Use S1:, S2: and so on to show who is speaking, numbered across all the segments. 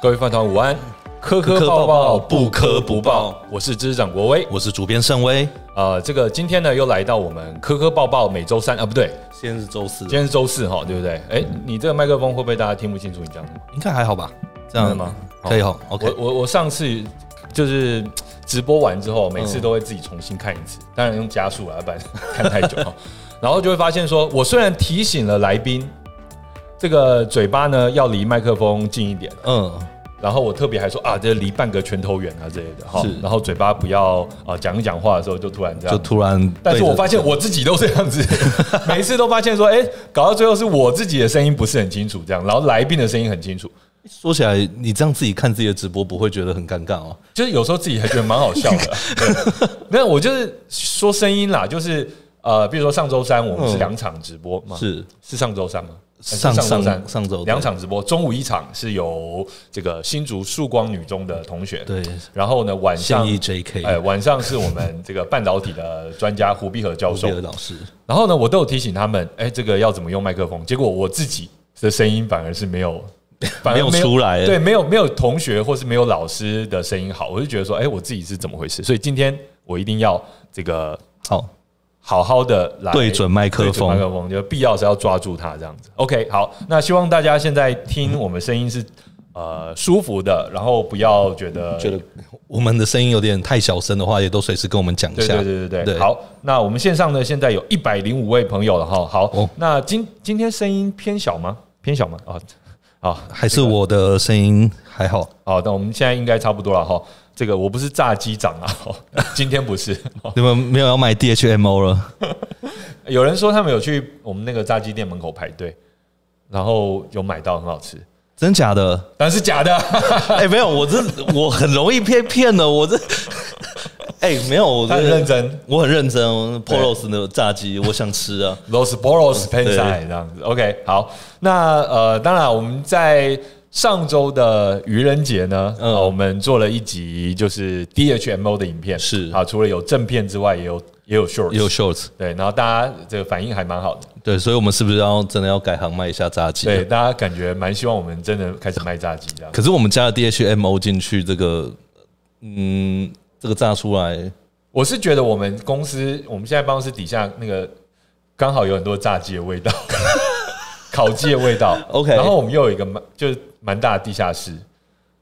S1: 各位饭团午安，科科
S2: 科
S1: 报
S2: 报
S1: 报
S2: 报
S1: 不
S2: 不
S1: 科
S2: 科
S1: 不
S2: 不
S1: 报
S2: 报，
S1: 我是知识长国威。
S2: 我是主编盛威，
S1: 呃，这个今天呢又来到我们科科报报每周三啊，不对，
S2: 今天是周四
S1: 今天是周四哈，对不对？哎，你这个麦克风会不会大家听不清楚你讲什么？
S2: 应该还好吧？这
S1: 真的
S2: 样
S1: 吗？
S2: 可以哦
S1: 我
S2: ，OK，
S1: 我我上次就是直播完之后，每次都会自己重新看一次，当然用加速啊，要不然看太久哈。然后就会发现说，我虽然提醒了来宾，这个嘴巴呢要离麦克风近一点，
S2: 嗯，
S1: 然后我特别还说啊，这离半个拳头远啊之类的哈
S2: 是，
S1: 然后嘴巴不要啊讲一讲话的时候就突然这
S2: 就
S1: 样。
S2: 突然，
S1: 但是我发现我自己都这样子， 每一次都发现说，哎、搞到最后是我自己的声音不是很清楚，这样，然后来宾的声音很清楚，
S2: 说起来，你这样自己看自己的直播，不会觉得很尴尬哦？
S1: 就是有时候自己还觉得蛮好笑 的。对那我就是说声音啦，就是呃，比如说上周三我们是
S2: 嗯
S1: 两场直播嘛，
S2: 是
S1: 是上周三吗？还是
S2: 上
S1: 周
S2: 上
S1: 三
S2: 上周
S1: 两场直播，中午一场是由这个新竹曙光女中的同学，
S2: 对
S1: 然后呢晚
S2: 现
S1: 上
S2: 役
S1: 哎，
S2: JK
S1: 晚上是我们这个半导体的专家胡必和教
S2: 吴
S1: 授
S2: 碧，尔老师，
S1: 然后呢，我都有提醒他们，哎，这个要怎么用麦克风，结果我自己的声音反而是没 有。反而
S2: 没有出来
S1: 对，没有没有同学或是没有老师的声音好，我就觉得说，哎、我自己是怎么回事？所以今天我一定要这个
S2: 好，
S1: 好好的来
S2: 对准麦克
S1: 对准麦
S2: 风，
S1: 克风，就必要是要抓住它这样子。OK，好，那希望大家现在听我们声音是呃舒服的，然后不要觉得
S2: 觉得我们的声音有点太小声的话，也都随时跟我们讲一
S1: 对
S2: 下
S1: 对，对对对，
S2: 对
S1: 好，那我们线上呢，现在有一百零五位朋友了哈。好，
S2: 哦
S1: 那今今天声音偏小吗？偏小吗？啊啊，
S2: 还是我的声音还好，
S1: 好，那我们现在应该差不多了哈。这个我不是炸机长啊， 哦今天不是。
S2: 你们没有要买 DHMO 了？
S1: 有人说他们有去我们那个炸鸡店门口排队，然后有买到很好吃，
S2: 真假的？
S1: 但是假的。
S2: 哎，没有，我这我很容易被骗的，我这， 哎，没有，我
S1: 他很
S2: 这
S1: 认真
S2: 我很认真，Polos 的炸鸡我想吃啊，
S1: Los Boros p e n s i
S2: 对
S1: 这样子。OK，好，那呃，当然我们在上周的愚人节呢，
S2: 嗯
S1: 呃，我们做了一集就是 DHMO 的影片，
S2: 是
S1: 啊，除了有正片之外，也有也有 shorts，
S2: 也有 shorts，
S1: 对，然后大家这个反应还蛮好的，
S2: 对，所以我们是不是要真的要改行卖一下炸鸡？
S1: 对，，大家感觉蛮希望我们真的开始卖炸鸡这样。
S2: 可是我们加了 DHMO 进去，这个，嗯，这个炸出来，
S1: 我是觉得我们公司我们现在办公室底下那个刚好有很多炸鸡的味道， 烤鸡的味道
S2: OK
S1: 然后我们又有一个蛮就是蛮大的地下室，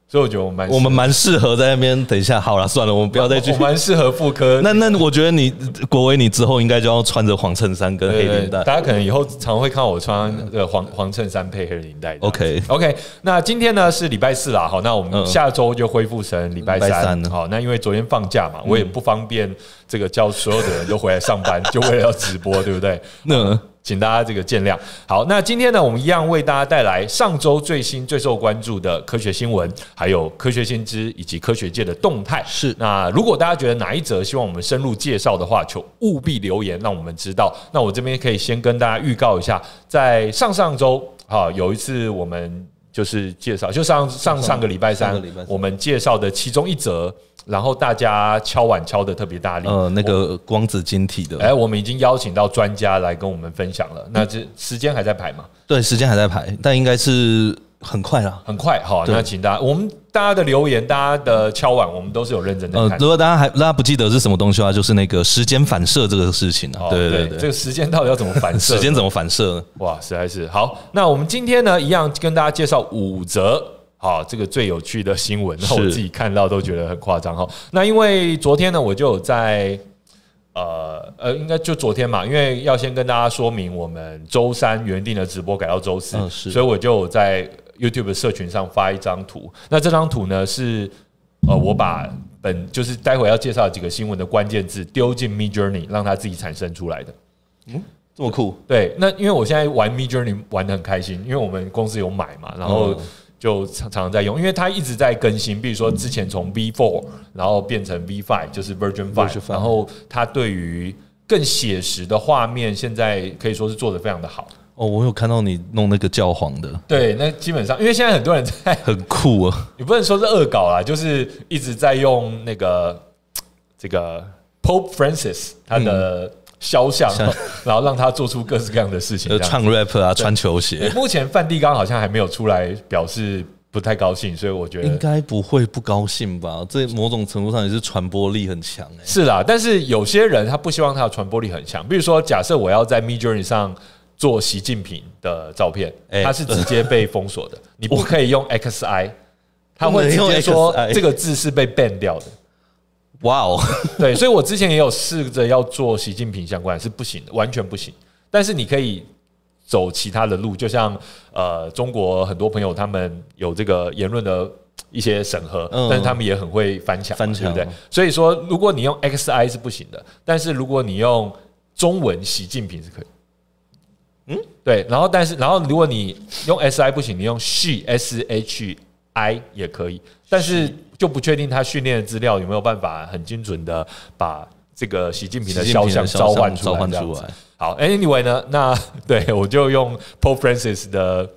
S1: 所以我觉得我们蛮
S2: 我们蛮适合在那边。等一下，好了，算了，我们不要再 继
S1: 我
S2: 续。
S1: 蛮适合妇科。
S2: 那那我觉得你国威，你之后应该就要穿着黄衬衫跟黑领带
S1: 呃。大家可能以后常会看到我穿呃黄黄衬衫配黑领带这样子。
S2: OK
S1: OK，那今天呢是礼拜四啦，好，那我们
S2: 嗯
S1: 下周就恢复成礼拜
S2: 礼拜
S1: 三
S2: 三。了嗯
S1: 好，那因为昨天放假嘛，我也不方便这个叫所有的人都回来上 班，就为了要直播，对不对？
S2: 那
S1: 请大家这个见谅。好，那今天呢，我们一样为大家带来上周最新最受关注的科学新闻，还有科学新知以及科学界的动态。
S2: 是
S1: 那如果大家觉得哪一则希望我们深入介绍的话，就务必留言让我们知道。那我这边可以先跟大家预告一下，在上上周啊，有一次我们就是介绍，就上上上个礼拜三
S2: 上个礼拜，三
S1: 我们介绍的其中一则，然后大家敲碗敲的特别大力，
S2: 呃，那个光子晶体的，
S1: 哎，我们已经邀请到专家来跟我们分享
S2: 嗯
S1: 了，那这时间还在排嘛，
S2: 对，时间还在排，但应该是很快啦。
S1: 很快好，
S2: 对
S1: 那请大家，我们大家的留言，大家的敲碗，我们都是有认真在
S2: 呃，
S1: 看。
S2: 如果大家还大家不记得是什么东西的话，就是那个时间反射这个事情啊。
S1: 哦
S2: 对对
S1: 这
S2: 对，
S1: 个时间到底要怎么反射？
S2: 时间怎么反射呢？
S1: 哇，实在是好。那我们今天呢，一样跟大家介绍五则。好，这个最有趣的新闻，然后我
S2: 是
S1: 自己看到都觉得很夸张哈。那因为昨天呢，我就有在呃呃，应该就昨天嘛，因为要先跟大家说明，我们周三原定的直播改到周四，
S2: 嗯是
S1: 所以我就有在 YouTube 的社群上发一张图。那这张图呢是呃，我把本就是待会要介绍几个新闻的关键字丢进 Me Journey，让它自己产生出来的。
S2: 这么酷，
S1: 对，那因为我现在玩 Me Journey 玩的很开心，因为我们公司有买嘛，然后
S2: 嗯
S1: 就常常在用，因为它一直在更新，比如说之前从 V four，然后变成 V five，就是 Virgin
S2: Virgin
S1: five，
S2: 5
S1: 然后它对于更写实的画面，现在可以说是做的非常的好。
S2: 哦，我有看到你弄那个教皇 的，
S1: 对，那基本上，因为现在很多人在，
S2: 很酷啊！
S1: 你不能说是恶搞啦，就是一直在用那个这个 Pope Francis 他的嗯肖像，
S2: 像
S1: 然后让他做出各式各样的事情，
S2: 呃，
S1: 这样
S2: 唱 rap 啊，穿球鞋，
S1: 目前梵蒂冈好像还没有出来表示不太高兴，所以我觉
S2: 应
S1: 得
S2: 该不会不高兴吧？这某种程度上也是传播力很强哎、
S1: 是啦。但是有些人他不希望他的传播力很强，比如说假设我要在 Mid Journey 上做习近平的照片，
S2: 哎
S1: 他是直接被封锁的，你不可以用 XI，他会直
S2: 不能
S1: 接
S2: 用
S1: 说
S2: XI
S1: 这个字是被 ban 掉的。
S2: 哇哦，
S1: 对，所以我之前也有试着要做习近平相关，是不行的，完全不行。但是你可以走其他的路，就像呃，中国很多朋友他们有这个言论的一些审核，
S2: 嗯
S1: 但是他们也很会翻墙嘛，
S2: 翻墙
S1: 对不对？所以说，如果你用 XI 是不行的，但是如果你用中文习近平是可以。嗯，对，然后但是，然后如果你用 S I 不行，你用 she S H I 也可以，但是就不确定他训练的资料有没有办法很精准的把这个习近平的肖像召唤出
S2: 召
S1: 来。
S2: 唤
S1: 这样
S2: 出
S1: 子
S2: 来，
S1: 好，Anyway 呢，那对我就用 Paul Francis 的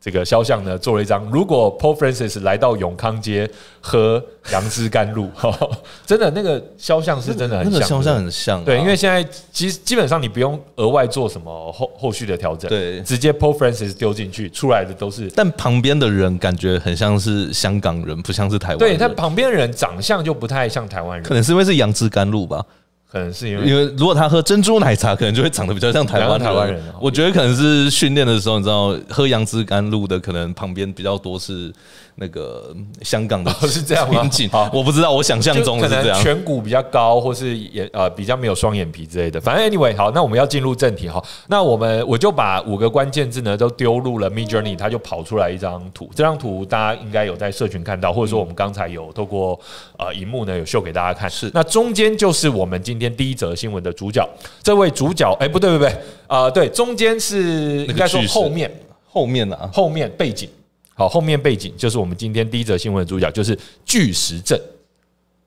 S1: 这个肖像呢做了一张。如果 Paul Francis 来到永康街喝杨枝甘露， 真的那个肖像是 真的很
S2: 那
S1: 像
S2: 个肖像
S1: 的
S2: 很像啊、
S1: 对，因为现在基基本上你不用额外做什么后后续的调整，
S2: 对
S1: 直接 Paul Francis 丢进去，出来的都是。
S2: 但旁边的人感觉很像是香港人，不像是台湾
S1: 对
S2: 人。
S1: 他旁边的人长相就不太像台湾
S2: 可
S1: 人，
S2: 能是因为是杨枝甘露吧，
S1: 可能是因为
S2: 因为如果他喝珍珠奶茶，可能就会长得比较像台湾
S1: 台湾人哦
S2: 我觉得可能是训练的时候，你知道喝杨枝甘露的，可能旁边比较多是那个香港的
S1: 哦是这样吗
S2: 民警
S1: 好
S2: 我不知道，我想象
S1: 就
S2: 中
S1: 可
S2: 的是这
S1: 能
S2: 样。
S1: 颧骨比较高，或是眼呃比较没有双眼皮之类的。反正 anyway，好，那我们要进入正题哈。那我们我就把五个关键字呢都丢入了 Mid Journey，它就跑出来一张图。这张图大家应该有在社群看
S2: 嗯
S1: 到，或者说我们刚才有透过呃荧幕呢有秀给大家看。
S2: 是
S1: 那中间就是我们今天第一则新闻的主角，这位主角哎、不对不对，呃对，中间是
S2: 那个
S1: 应该说
S2: 巨石
S1: 后面。
S2: 后面啊，
S1: 后面背景，好，后面背景就是我们今天第一则新闻的主角，就是巨石阵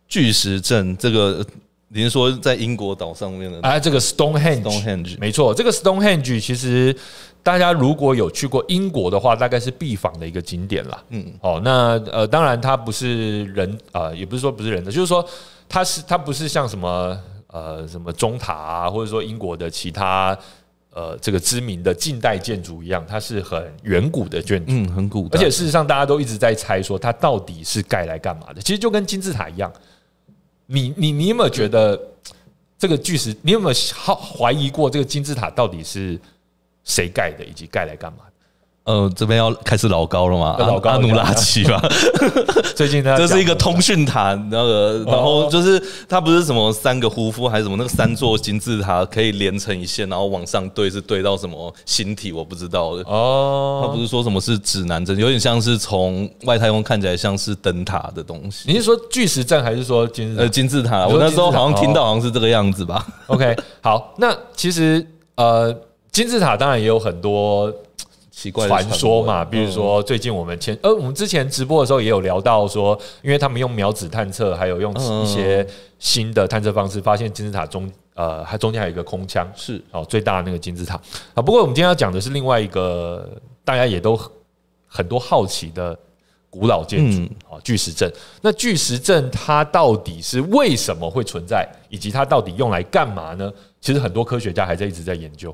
S2: 巨石阵这个，您说在英国岛上面的
S1: 啊，这个 Stonehenge，,
S2: Stonehenge
S1: 没错，这个 Stonehenge 其实大家如果有去过英国的话，大概是必访的一个景点啦。嗯，哦，那呃，当然它不是人，呃，也不是说不是人的，就是说它是它不是像什么呃什么中塔啊，或者说英国的其他。呃，这个知名的近代建筑一样，它是很远古的建筑，
S2: 嗯，很古
S1: 而
S2: 代，
S1: 且事实上，大家都一直在猜说它到底是盖来干嘛的。其实就跟金字塔一样，你你你有没有觉得这个巨石？你有没有好怀疑过这个金字塔到底是谁盖的，以及盖来干嘛的？
S2: 呃，这边要开始老高了嘛，
S1: 要老高
S2: 阿阿
S1: 了
S2: 努拉奇吧，
S1: 最近呢，
S2: 这是一个通讯塔，那
S1: 哦
S2: 个，然后就是它不是什么三个呼夫还是什么那个三座金字塔可以连成一线，然后往上对是对到什么星体，我不知道的。他
S1: 哦，
S2: 不是说什么是指南针，有点像是从外太空看起来像是灯塔的东西，
S1: 你是说巨石阵还是说金字
S2: 呃，
S1: 塔
S2: 金字塔。
S1: 哦你
S2: 我
S1: 说
S2: 那时
S1: 金
S2: 候
S1: 字塔
S2: 好像听到好像是这个样子吧？
S1: ？OK，好，那其实呃，金字塔当然也有很多
S2: 奇怪的哦嗯
S1: 传说嘛，
S2: 闻
S1: 比如说最近我们前呃，我们之前直播的时候也有聊到说，因为他们用秒子探测，还有用
S2: 嗯
S1: 一些新的探测方式，发现金字塔中呃，它中间还有一个空腔，
S2: 是
S1: 哦，最大的那个金字塔啊。不过我们今天要讲的是另外一个大家也都很多好奇的古老建筑
S2: 嗯
S1: 啊、哦巨石阵。那巨石阵它到底是为什么会存在，以及它到底用来干嘛呢？其实很多科学家还在一直在研究。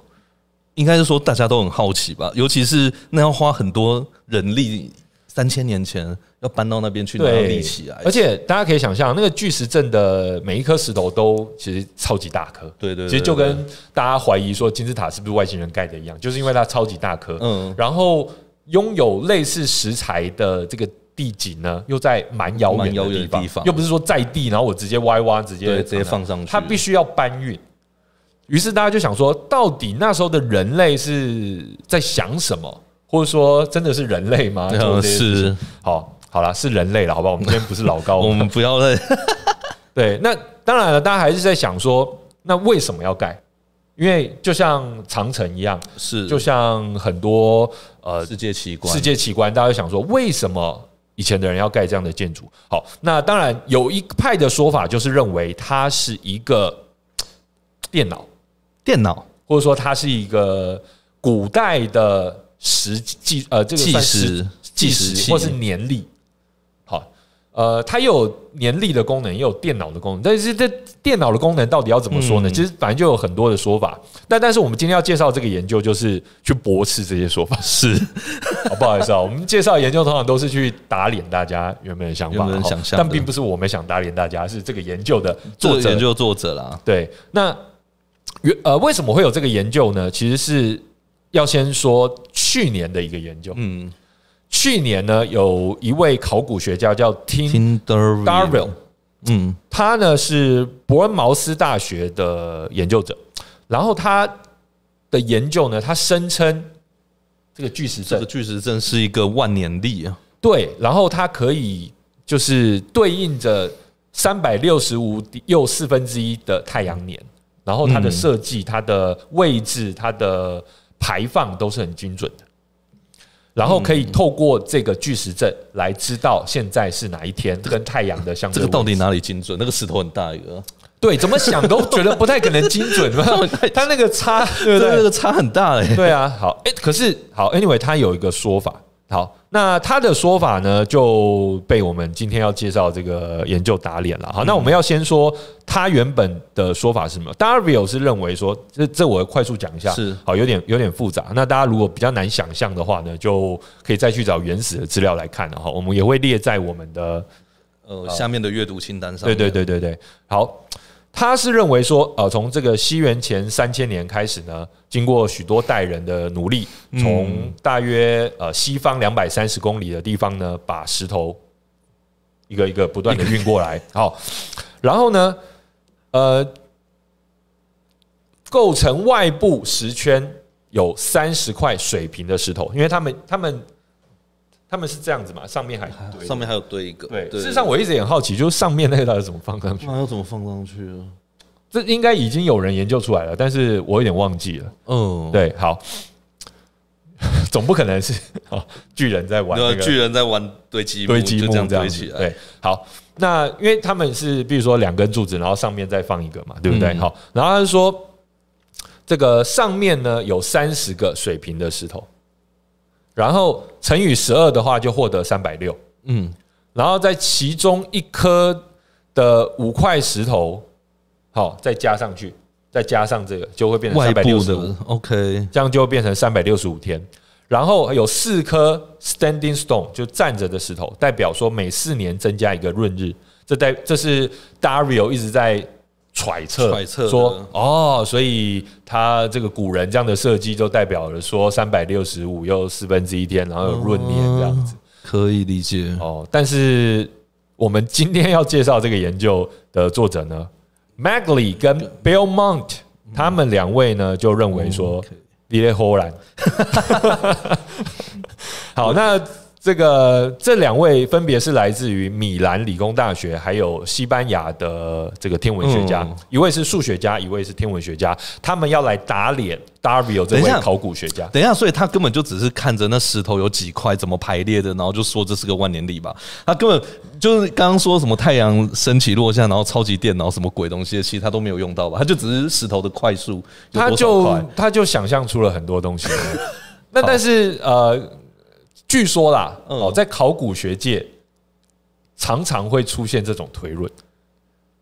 S2: 应该是说大家都很好奇吧，尤其是那要花很多人力，三千年前要搬到那边去，哪有
S1: 对，
S2: 力气啊？
S1: 而且大家可以想象，那个巨石阵的每一颗石头都其实超级大颗，
S2: 对对对
S1: 其实就
S2: 对对
S1: 跟大家怀疑说金字塔是不是外星人盖的一样，就是因为它超级大颗，
S2: 嗯，
S1: 然后拥有类似石材的这个。地景呢，又在蛮遥远
S2: 蛮遥
S1: 的
S2: 远
S1: 地
S2: 的
S1: 方，
S2: 地方
S1: 又不是说在地，然后我直接挖一挖，直接
S2: 对，直接放上去，
S1: 它必须要搬运。于是大家就想说，到底那时候的人类是在想什么，或者说真的是人类吗？
S2: 嗯
S1: 做这些事情
S2: 是
S1: 好，好啦，是人类了，好吧？我们今天不是老高，
S2: 我们不要再
S1: 对。那当然了，大家还是在想说，那为什么要盖？因为就像长城一样，
S2: 是
S1: 就像很多呃
S2: 世界奇观，
S1: 世界奇观，大家就想说，为什么以前的人要盖这样的建筑？好，那当然有一派的说法就是认为它是一个嘖电脑，
S2: 电脑
S1: 或者说它是一个古代的时计呃这个
S2: 计
S1: 算是
S2: 时
S1: 计
S2: 时
S1: 时
S2: 器
S1: 或是年历。好，呃，它又有年历的功能，也有电脑的功能，但是这电脑的功能到底要怎么说呢？
S2: 嗯
S1: 其实反正就有很多的说法。那但是我们今天要介绍这个研究，就是去驳斥这些说法。
S2: 是
S1: 哦不好意思啊，我们介绍研究通常都是去打脸大家原本的想法
S2: 原本
S1: 哈，
S2: 想象的
S1: 但并不是我们想打脸大家，是这个研究的
S2: 作
S1: 作
S2: 者
S1: 者
S2: 研究作者啦，
S1: 对，那原呃为什么会有这个研究呢？其实是要先说去年的一个研究。
S2: 嗯
S1: 去年呢，有一位考古学家叫 Tim
S2: ，Tinder
S1: Darrell，
S2: 嗯
S1: 他呢是伯恩茅斯大学的研究者，然后他的研究呢，他声称这个巨石
S2: 这
S1: 阵
S2: 个巨石阵是一个万年历啊，
S1: 对，然后它可以就是对应着三百六十五又四分之一的太阳年，然后它的
S2: 嗯
S1: 设计、它的位置、它的排放都是很精准的。然后可以透过这个巨石阵来知道现在是哪一天跟太阳的相
S2: 这
S1: 对
S2: 个
S1: 位置。
S2: 到底哪里精准？那个石头很大一个，
S1: 对怎么想都觉得不太可能精准， 它那个差对
S2: 对，
S1: 不对
S2: 这？个差很大欸嘞。
S1: 对啊，好，哎、可是好，anyway，他有一个说法，好，那他的说法呢就被我们今天要介绍这个研究打脸了。好，那我们要先说他原本的说法是什么？Darville 是认为说，这这我快速讲一下，
S2: 是
S1: 好，有点有点复杂。那大家如果比较难想象的话呢，就可以再去找原始的资料来看了哈。我们也会列在我们的
S2: 呃，下面的阅读清单上，
S1: 对对，对对对，好，他是认为说，呃，从这个西元前三千年开始呢，经过许多代人的努力，从大约呃西方两百三十公里的地方呢，把石头一个一个不断的运过来，嗯好，然后呢，呃，构成外部石圈有三十块水平的石头，因为他们他们他们是这样子嘛，上面还堆的
S2: 上面还有堆一个，
S1: 对，事实上我一直也很好奇，就是上面那个到底怎么放上去？
S2: 那要怎么放上去啊？
S1: 这应该已经有人研究出来了，但是我有点忘记了。
S2: 嗯，
S1: 对，好， 总不可能是哦巨人在玩
S2: 那
S1: 那
S2: 个
S1: 个
S2: 啊巨人在玩堆积木
S1: 堆积
S2: 就
S1: 木
S2: 这样
S1: 这样
S2: 堆
S1: 子
S2: 起。来，
S1: 对，好，那因为他们是比如说两根柱子，然后上面再放一个嘛，对不对？
S2: 嗯
S1: 好，然后他就说这个上面呢有三十个水平的石头，然后乘以十二的话就获得三百六。
S2: 嗯，
S1: 然后在其中一颗的五块石头，好，再加上去，再加上这个，就会变成
S2: 外
S1: 三百六
S2: 部
S1: 十五，
S2: 的 OK，
S1: 这样就会变成三百六十五天。然后有四颗 standing stone，就站着的石头，代表说每四年增加一个闰日。这代这是 Dario 一直在揣测，
S2: 揣测的
S1: 说哦，所以他这个古人这样的设计，就代表了说三百六十五又四分之一天，然后有闰年这样子。
S2: 可以理解。
S1: 哦，但是我们今天要介绍这个研究的作者呢，Magley 跟 Bill Mont，他们两位呢就认为说
S2: 嗯 OK
S1: d i e h o l a n 好，那这个这两位分别是来自于米兰理工大学，还有西班牙的这个天文学家，
S2: 嗯
S1: 一位是数学家，一位是天文学家，他们要来打脸 Dario 这
S2: 等一
S1: 位
S2: 下
S1: 考古学家。
S2: 等一下，所以他根本就只是看着那石头有几块怎么排列的，然后就说这是个万年历吧。他根本就是刚刚说什么太阳升起落下，然后超级电脑什么鬼东西的，其实他都没有用到吧？他就只是石头的块数有
S1: 他
S2: 多少
S1: 就
S2: 块
S1: 他就想象出了很多东 西。那但是呃，据说啦，
S2: 嗯
S1: 哦，在考古学界常常会出现这种推论。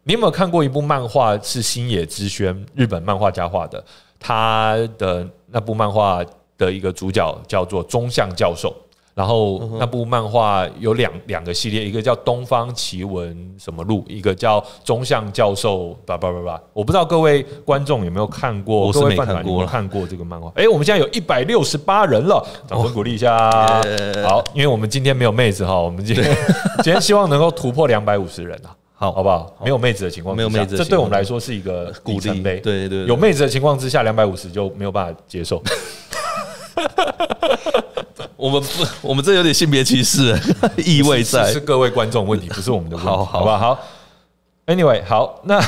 S1: 你有没有看过一部漫画是星野之轩日本漫画家画的？他的那部漫画的一个主角叫做中相教授，然后那部漫画有两两个系列，一个叫《东方奇闻什么录》，一个叫《中相教授》叭叭叭叭。我不知道各位观众有没有看过，
S2: 我是
S1: 各位
S2: 没
S1: 饭
S2: 看
S1: 团
S2: 过
S1: 有没有
S2: 了
S1: 看过这个漫画？哎，我们现在有一百六十八人了，掌声鼓励一 下。
S2: 耶
S1: 好，因为我们今天没有妹子哈，我们今 天今天希望能够突破两百五十人啊。
S2: 好
S1: 好不好？没有妹子的情况之下，
S2: 没有妹子的
S1: 这
S2: 情况
S1: 对我们来说是一个
S2: 鼓
S1: 里程
S2: 励，
S1: 碑。
S2: 对对对，
S1: 有妹子的情况之下，两百五十就没有办法接受。
S2: 我们不，我们这有点性别歧视意味
S1: 是
S2: 在
S1: 是。各位观众问题，不是我们的问题，
S2: 好
S1: 好
S2: 好
S1: 不好？好，Anyway，好，那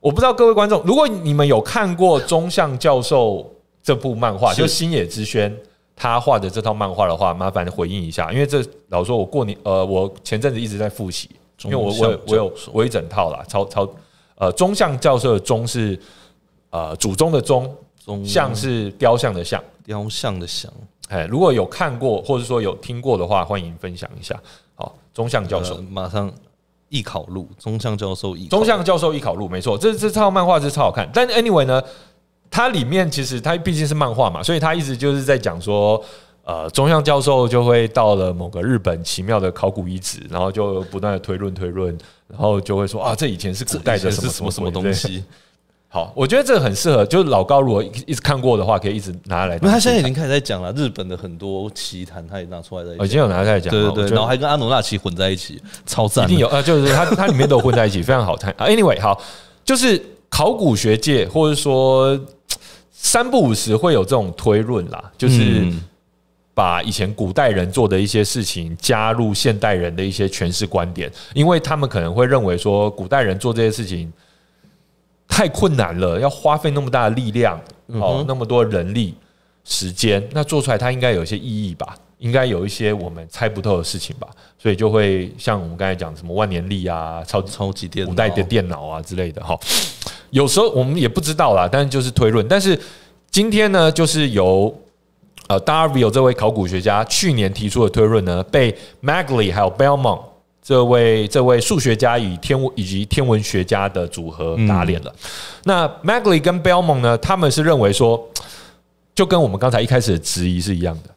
S1: 我不知道各位观众，如果你们有看过中相教授这部漫画，
S2: 是
S1: 就星野之轩他画的这套漫画的话，麻烦回应一下，因为这老实说我过年呃，我前阵子一直在复习，因为我
S2: 中
S1: 我
S2: 相
S1: 有我有
S2: 教授
S1: 我有一整套啦，超超呃中相教授的中是呃祖宗的宗，
S2: 中
S1: 像是雕像的像。
S2: 雕像的像，呃
S1: 哎，如果有看过或者说有听过的话，欢迎分享一下。好，中相教授，
S2: 呃马上艺考录，中相教授艺考
S1: 中相教授一考录，没错，这这套漫画是超好看。但 anyway 呢，它里面其实它毕竟是漫画嘛，所以它一直就是在讲说，呃，中向教授就会到了某个日本奇妙的考古遗址，然后就不断的推论推论，然后就会说啊，这以前是古代的
S2: 这以
S1: 什
S2: 前
S1: 么
S2: 是什么什
S1: 鬼
S2: 么
S1: 对
S2: 东西？
S1: 好，我觉得这个很适合，就是老高如果一一直看过的话，可以一直拿来当素材。
S2: 因为他现在已经开始在讲了，日本的很多奇谈他也拿出来在
S1: 哦已
S2: 讲，
S1: 经有拿下来讲
S2: 对
S1: 了，
S2: 对
S1: 我
S2: 对，
S1: 觉
S2: 然
S1: 得
S2: 后还跟阿努纳奇混在一起，超赞
S1: 一
S2: 的，
S1: 定有呃，就是它它里面都有混在一起，非常好看啊。Anyway，好，就是考古学界或者说嘖三不五时会有这种推论啦，就是
S2: 嗯
S1: 把以前古代人做的一些事情加入现代人的一些诠释观点，因为他们可能会认为说古代人做这些事情太困难了，要花费那么大的力量，哦，那么多人力、时间，那做出来它应该有一些意义吧？应该有一些我们猜不透的事情吧？所以就会像我们刚才讲什么万年历啊、超
S2: 超级电脑
S1: 古代的电脑啊之类的哈。有时候我们也不知道啦，但是就是推论。但是今天呢，就是由呃 Darvio 这位考古学家去年提出的推论呢，被 Magley 还有 Belmont 这位这位数学家与天文以及天文学家的组合打脸
S2: 嗯
S1: 了。那 Magley 跟 Belmont 呢，他们是认为说，就跟我们刚才一开始的质疑是一样的。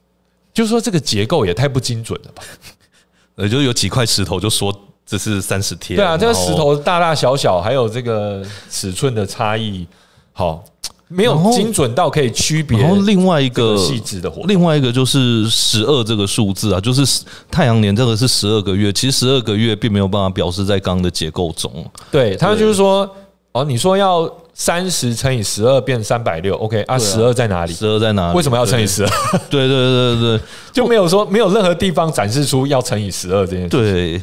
S1: 就是说，这个结构也太不精准了吧？
S2: 呃，就是有几块石头就说这是三十天，
S1: 对啊，这个
S2: 然后
S1: 石头大大小小，还有这个尺寸的差异，好，没有
S2: 然后
S1: 精准到可以区别
S2: 然后另外一个
S1: 这个细致的活动
S2: 另外一个就是十二这个数字啊，就是太阳年这个是十二个月，其实十二个月并没有办法表示在刚刚的结构中，
S1: 对，他就是说，哦，你说要三十乘以十二变三百六，OK 啊，十二在哪里？
S2: 十二在哪里？
S1: 为什么要乘以
S2: 对？
S1: 十二？
S2: 对对对对
S1: 就没有说没有任何地方展示出要乘以十二这件事，
S2: 对，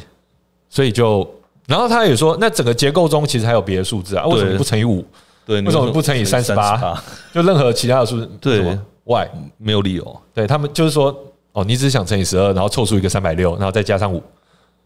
S1: 所以就，然后他也说，那整个结构中其实还有别的数字啊，为什么不乘以五？
S2: 对，
S1: 为什么不乘以
S2: 三
S1: 38？就任何其他的数字，
S2: 对
S1: 为什么，why？
S2: 没有理由。
S1: 对他们就是说，哦，你只想乘以十二，然后凑出一个三百六，然后再加上五。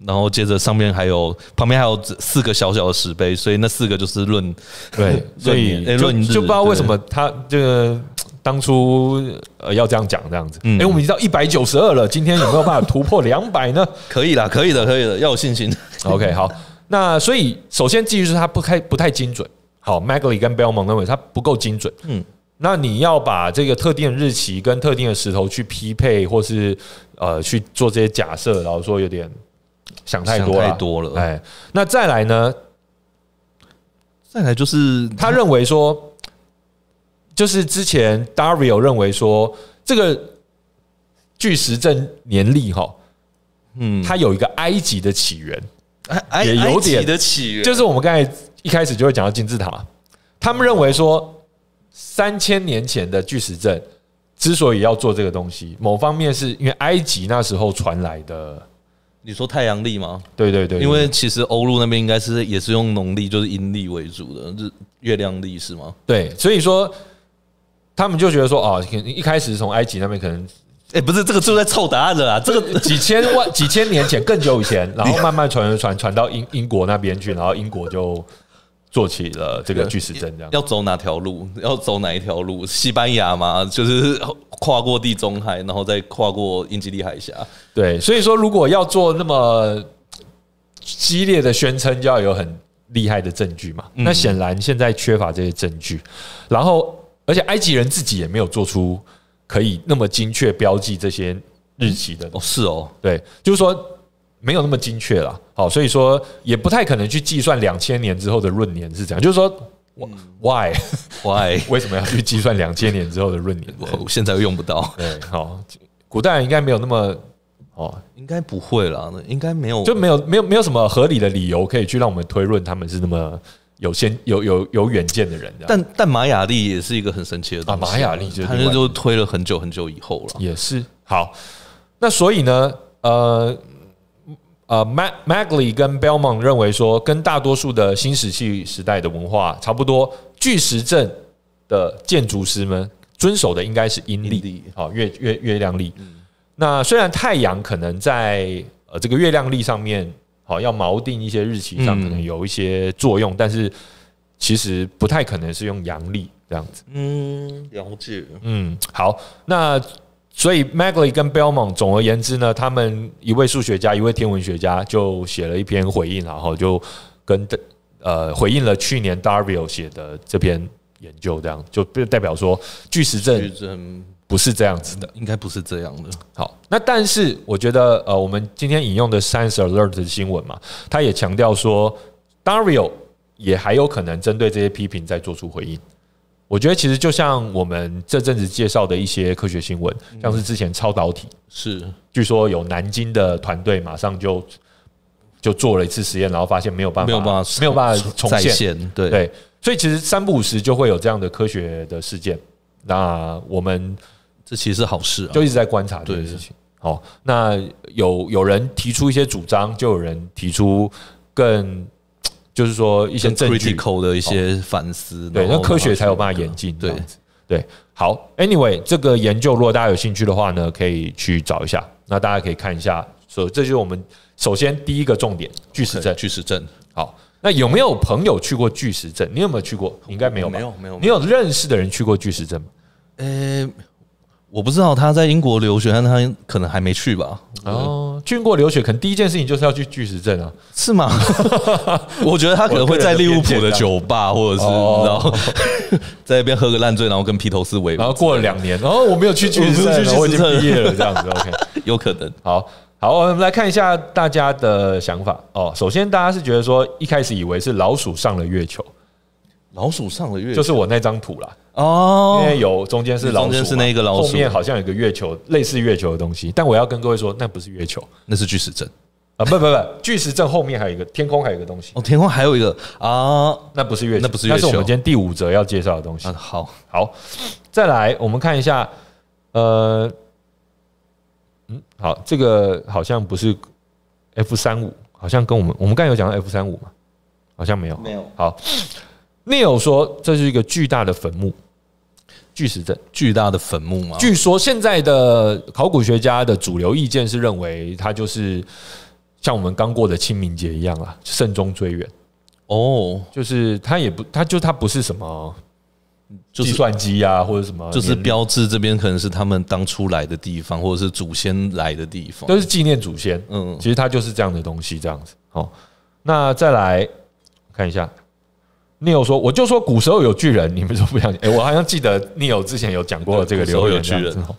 S2: 然后接着上面还有旁边还有四个小小的石碑，所以那四个就是论
S1: 对，所以
S2: 闰年哎
S1: 就
S2: 闰日
S1: 就不知道为什
S2: 对
S1: 么他这个当初呃要这样讲这样子。
S2: 嗯
S1: 哎，我们已经到一百九十二了，今天有没有办法突破两百 呢
S2: 可以啦，可以的，可以的，要有信心。
S1: ？OK，好，那所以首先基于是它不太不太精准。好，Magley 跟 Bellman 认为它不够精准。嗯
S2: 嗯，
S1: 那你要把这个特定的日期跟特定的石头去匹配，或是呃去做这些假设，然后说有点想太多
S2: 想
S1: 了，
S2: 太多了
S1: 哎，那再来呢？
S2: 再来就是
S1: 他认为说，就是之前 Dario 认为说，这个巨石阵年历哈，
S2: 嗯，
S1: 它有一个埃及的起源，
S2: 埃
S1: 也有点
S2: 埃及的起源，
S1: 就是我们刚才一开始就会讲到金字塔嘛，他们认为说，三千年前的巨石阵之所以要做这个东西，某方面是因为埃及那时候传来的，
S2: 你说太阳历吗？
S1: 对对对，
S2: 因为其实欧陆那边应该是也是用农历，就是阴历为主的，日月亮历是吗？
S1: 对，所以说。他们就觉得说，哦，可能一开始是从埃及那边可能
S2: 哎、不是，这个就是在凑答案的啦，这 个
S1: 几千万、几千年前更久以前，然后慢慢传传传到英英国那边去，然后英国就做起了这个巨石阵这样。
S2: 要走哪条路？要走哪一条路？西班牙嘛，就是跨过地中海，然后再跨过英吉利海峡。
S1: 对，所以说如果要做那么激烈的宣称，就要有很厉害的证据嘛。
S2: 嗯
S1: 那显然现在缺乏这些证据，然后而且埃及人自己也没有做出可以那么精确标记这些日期的
S2: 哦，是哦，
S1: 对，就是说没有那么精确了。好，所以说也不太可能去计算两千年之后的闰年是怎样。就是说，why
S2: 喂，
S1: 为什么要去计算两千年之后的闰年？
S2: 我现在又用 不到，
S1: 对，好，古代人应该没有那么哦，
S2: 应该不会啦，应该没有。
S1: 就没有没有没有什么合理的理由可以去让我们推论他们是那么有先有有有远见的人这样。
S2: 但但玛雅历也是一个很神奇的东西
S1: 啊玛雅历就是
S2: 它
S1: 另外
S2: 就就推了很久很久以后了。
S1: 也是啊好。那所以呢，呃呃，Mag Magley 跟 Belmont 认为说，跟大多数的新石器时代的文化差不多，巨石阵的建筑师们遵守的应该是阴
S2: 阴
S1: 历嗯
S2: 历，
S1: 好月月月亮历。那虽然太阳可能在呃这个月亮历上面，好要锚定一些日期上
S2: 嗯
S1: 可能有一些作用，但是其实不太可能是用阳历这样子。
S2: 嗯，了解。
S1: 嗯，好，那所以 Magley 跟 Belmont，总而言之呢，他们一位数学家，一位天文学家，就写了一篇回应，然后就跟呃回应了去年 Darvio 写的这篇研究，这样就代表说巨石阵
S2: 矩阵
S1: 不是这样子的。
S2: 应该不是这样的。
S1: 好，那但是我觉得，呃，我们今天引用的 Science Alert 的新闻嘛，他也强调说，Dario 也还有可能针对这些批评再做出回应。我觉得其实就像我们这阵子介绍的一些科学新闻，
S2: 嗯
S1: 像是之前超导体，
S2: 是，
S1: 据说有南京的团队马上就就做了一次实验，然后发现没有办法，
S2: 没有办法
S1: 没有办法重
S2: 再
S1: 现，
S2: 现，对，
S1: 对，所以其实三不五时就会有这样的科学的事件。那我们
S2: 这其实是好事啊。
S1: 就一直在观察这件
S2: 对
S1: 事情。好，那有有人提出一些主张，就有人提出更，就是说一
S2: 一
S1: 些证据。
S2: critical 的一些反思，
S1: 对，
S2: 然
S1: 那
S2: 后
S1: 科学才有
S2: 慢
S1: 办
S2: 慢
S1: 法
S2: 去
S1: 演进。
S2: 对
S1: 对，对，好。Anyway，这个研究如果大家有兴趣的话呢，可以去找一下。那大家可以看一下，所以这就是我们首先第一个重点，巨石阵。
S2: 巨石阵
S1: 好，那有没有朋友去过巨石阵？你有没有去过？你应该没有吧？
S2: 没有没有
S1: 你有认识的人去过巨石阵吗？
S2: 呃，我不知道他在英国留学，但他可能还没去吧？
S1: 哦，去过留学，可能第一件事情就是要去巨石阵啊。
S2: 是吗？ 我觉得他可能会在利物浦的酒吧，或者是
S1: 哦
S2: 然后 在那边喝个烂醉，然后跟披头士为伍
S1: 然，后过了两年，然后我没有去巨石
S2: 我没有
S1: 阵
S2: 去
S1: 了，我已
S2: 巨
S1: 经
S2: 石阵
S1: 毕业了，这样子。OK，
S2: 有可能。
S1: 好好，我们来看一下大家的想法哦。首先，大家是觉得说一开始以为是老鼠上了月球，
S2: 老鼠上了月
S1: 就是我那张图啦，因
S2: 哦，
S1: 为有中间是老鼠嘛，
S2: 中间是那个老鼠
S1: 后面好像有个月球，类似月球的东西。但我要跟各位说，那不是月球
S2: 那是巨石阵
S1: 啊，不不不，巨石阵后面还有一个天空，还有一个东西，
S2: 哦，天空还有一个啊
S1: 那不是月球，
S2: 那不是月
S1: 那
S2: 球
S1: 是我们今天第五则要介绍的东西
S2: 啊，。好，
S1: 好，再来我们看一下，呃，嗯，好，这个好像不是 F 三五，好像跟我们我们刚才有讲到 F 三五嘛，好像没有。
S2: 没有
S1: 好，Neil 说这是一个巨大的坟墓，巨石阵。
S2: 巨大的坟墓吗？
S1: 据说现在的考古学家的主流意见是认为它就是像我们刚过的清明节一样啦，慎终追远，
S2: 哦，
S1: 就是它也不，它就它不是什么
S2: 就
S1: 计
S2: 是
S1: 算机啊，或者什么
S2: 就是
S1: 年历
S2: 标志这边可能是他们当初来的地方，或者是祖先来的地方。
S1: 都是纪念祖先。
S2: 嗯，
S1: 其实它就是这样的东西，这样子。好，那再来看一下，Neil 说，我就说古时候有巨人，你们说不相信？哎、我好像记得 Neil 之前有讲过这个
S2: 对古时候
S1: 留
S2: 有
S1: 言
S2: 巨人
S1: 这样子。哦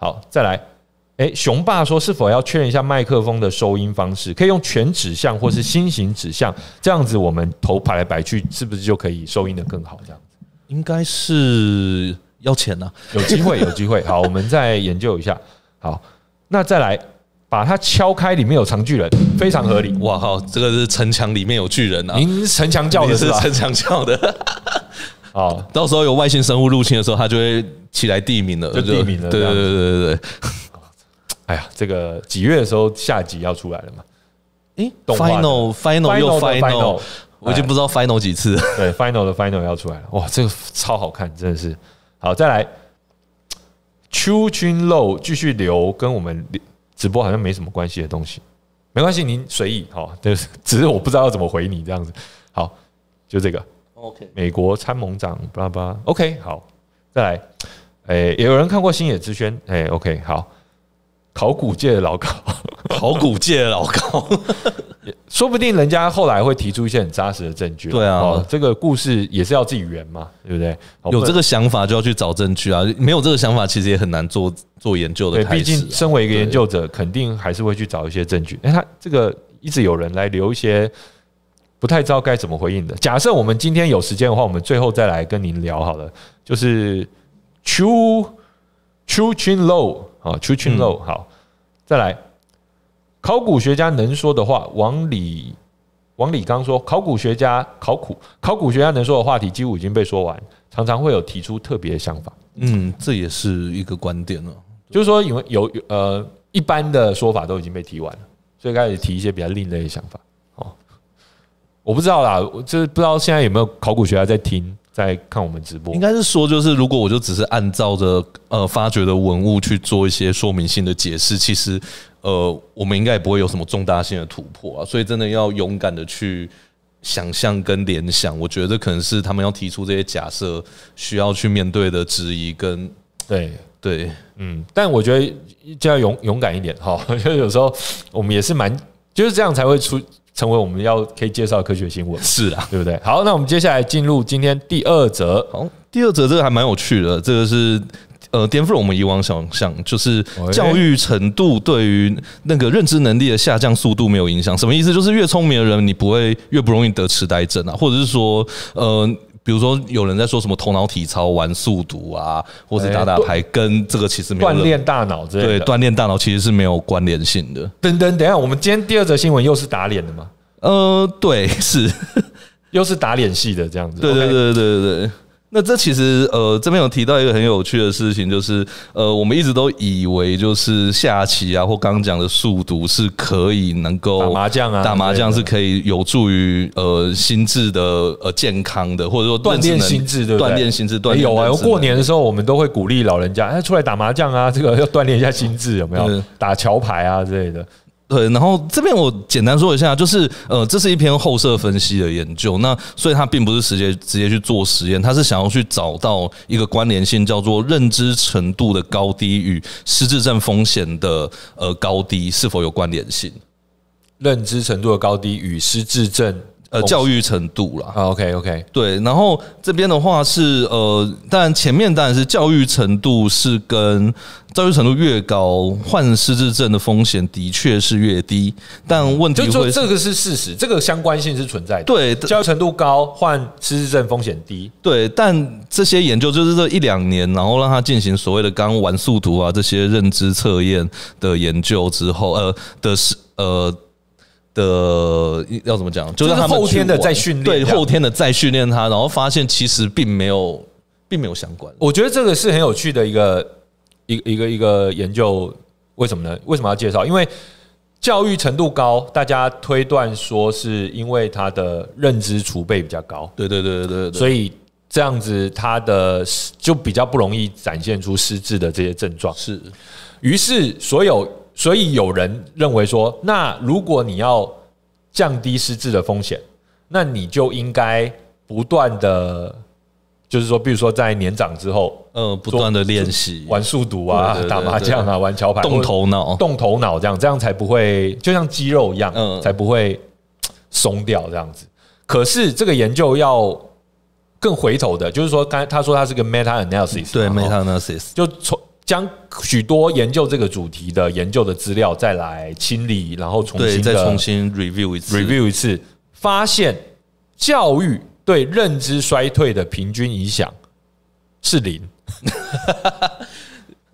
S1: 好，再来，哎、熊爸说是否要确认一下麦克风的收音方式，可以用全指向或是心形指向，这样子我们头摆来摆去，是不是就可以收音的更好？这样子
S2: 应该是要钱呐、啊
S1: 有机会，有机会。好，我们再研究一下。好，那再来。把它敲开，里面有长巨人，非常合理。
S2: 哇靠，这个是城墙里面有巨人啊！
S1: 您是城墙教
S2: 你
S1: 的
S2: 是
S1: 是吧？
S2: 城墙叫的，
S1: 哦，
S2: 到时候有外星生物入侵的时候，他就会起来地名了，
S1: 就地名了这
S2: 对对
S1: 样子
S2: 对对对对
S1: 哎呀，这个几月的时候下集要出来了嘛？
S2: 对。诶
S1: 动画的
S2: final final 又
S1: Final 哎的
S2: final，我已经不知道 final 几次了。
S1: 对 final 的 final 要出来了，哇，这个超好看，真的是。好，再来，邱君露继续留跟我们直播好像没什么关系的东西，没关系，您随意好，就是 只是我不知道要怎么回你这样子。好，就这个
S2: OK，
S1: 美国参谋长巴拉巴拉，OK，好，再来，哎、也有人看过《星野之轩》哎、o k 好，考古界的老高。
S2: 考古界的老高，
S1: 说不定人家后来会提出一些很扎实的证据。哦
S2: 对啊
S1: 这个故事也是要自己圆嘛，对不对？哦
S2: 有这
S1: 不
S2: 个想法就要去找证据啊，没有这个想法其实也很难做做研究的
S1: 对，
S2: 开始、
S1: 毕
S2: 啊。
S1: 竟身为一个研究者，肯定还是会去找一些证据。哎，他这个一直有人来留一些不太知道该怎么回应的。假设我们今天有时间的话，我们最后再来跟您聊好了。就是 Chu Chu Chin Low 啊，Chu Chin
S2: 嗯
S1: Low 好，再来。考古学家能说的话，王李王李刚说，考古学家考古考古学家能说的话题几乎已经被说完，常常会有提出特别的想法。
S2: 嗯，这也是一个观点啊了、
S1: 就是说有有呃一般的说法都已经被提完了，所以开始提一些比较另类的想法。哦，我不知道啦，我就是不知道现在有没有考古学家在听，在看我们直播
S2: 应。该是说，就是如果我就只是按照着呃发掘的文物去做一些说明性的解释，其实呃我们应该也不会有什么重大性的突破啊。所以真的要勇敢的去想象跟联想，我觉得可能是他们要提出这些假设需要去面对的质疑跟
S1: 对，
S2: 对
S1: 嗯，但我觉得就要勇勇敢一点哈， 就是有时候我们也是蛮就是这样才会出成为我们要可以介绍的科学新闻，
S2: 是啊啦。
S1: 对不对？好，那我们接下来进入今天第二则。
S2: 好，第二则这个还蛮有趣的，这个是呃颠覆了我们以往想象，就是
S1: 喂
S2: 教育程度对于那个认知能力的下降速度没有影响。什么意思？就是越聪明的人，你不会越不容易得痴呆症啊，或者是说呃。比如说，有人在说什么头脑体操、玩速读啊，或者打打牌，跟这个其实没有
S1: 哎锻炼大脑之类
S2: 对
S1: 的。
S2: 锻炼大脑其实是没有关联性的。
S1: 等等等一下，我们今天第二则新闻又是打脸的吗？
S2: 呃，对，是，
S1: 又是打脸系的这样子。
S2: 对对
S1: OK
S2: 对对对对。那这其实呃，这边有提到一个很有趣的事情，就是呃，我们一直都以为就是下棋啊，或刚刚讲的速读是可以能够
S1: 打麻将啊
S2: 哦打麻将
S1: 之
S2: 是
S1: 类的
S2: 可以有助于呃心智的呃健康的，或者说
S1: 锻炼
S2: 认知能
S1: 心智，对不对？
S2: 锻炼心智，锻
S1: 哎
S2: 炼
S1: 有啊。
S2: 认知能力
S1: 过年的时候，我们都会鼓励老人家，哎，出来打麻将啊， 这个要锻炼一下心智，有没有
S2: 嗯？
S1: 打桥牌啊之类的。
S2: 对，然后这边我简单说一下，就是呃，这是一篇后设分析的研究，那所以它并不是直接直接去做实验，它是想要去找到一个关联性，叫做认知程度的高低与失智症风险的呃高低是否有关联性，
S1: 认知程度的高低与失智症哦
S2: 呃，教育程度啦。
S1: 啊，OK OK，
S2: 对，然后这边的话是呃，当然前面当然是教育程度是跟教育程度越高，患失智症的风险的确是越低，但问
S1: 就
S2: 题会
S1: 说
S2: 是
S1: 这个是事实，这个相关性是存在的。
S2: 对
S1: 教育程度高，患失智症风险低。
S2: 对，但这些研究就是这一两年，然后让他进行所谓的刚刚玩速图啊这些认知测验的研究之后，呃的是呃。的要怎么讲？就是是他们
S1: 后天的
S2: 去玩
S1: 再训练
S2: 对
S1: 这样
S2: 后天的再训练他，然后发现其实并没有，并没有相关。
S1: 我觉得这个是很有趣的一个一个一个一个研究，为什么呢？为什么要介绍？因为教育程度高，大家推断说是因为他的认知储备比较高，
S2: 对对对对对对，
S1: 所以这样子他的就比较不容易展现出失智的这些症状。
S2: 是
S1: 于是，所有所以有人认为说，那如果你要降低失智的风险，那你就应该不断的，就是说，比如说在年长之后
S2: 呃不断的练习，
S1: 玩数独啊、
S2: 对对对
S1: 打麻将啊、玩桥牌、
S2: 动
S1: 或
S2: 头脑，
S1: 动头脑这样，这样才不会就像肌肉一样，
S2: 嗯
S1: 才不会嘖松掉这样子。可是这个研究要更回头的，就是说，刚才他说他是个 meta analysis，
S2: 对
S1: 嘛哦
S2: meta analysis，
S1: 就从将许多研究这个主题的研究的资料再来清理，然后重
S2: 对，
S1: 新
S2: 再
S1: 的
S2: 重新 review 一次
S1: review 一次，发现教育对认知衰退的平均影响是零。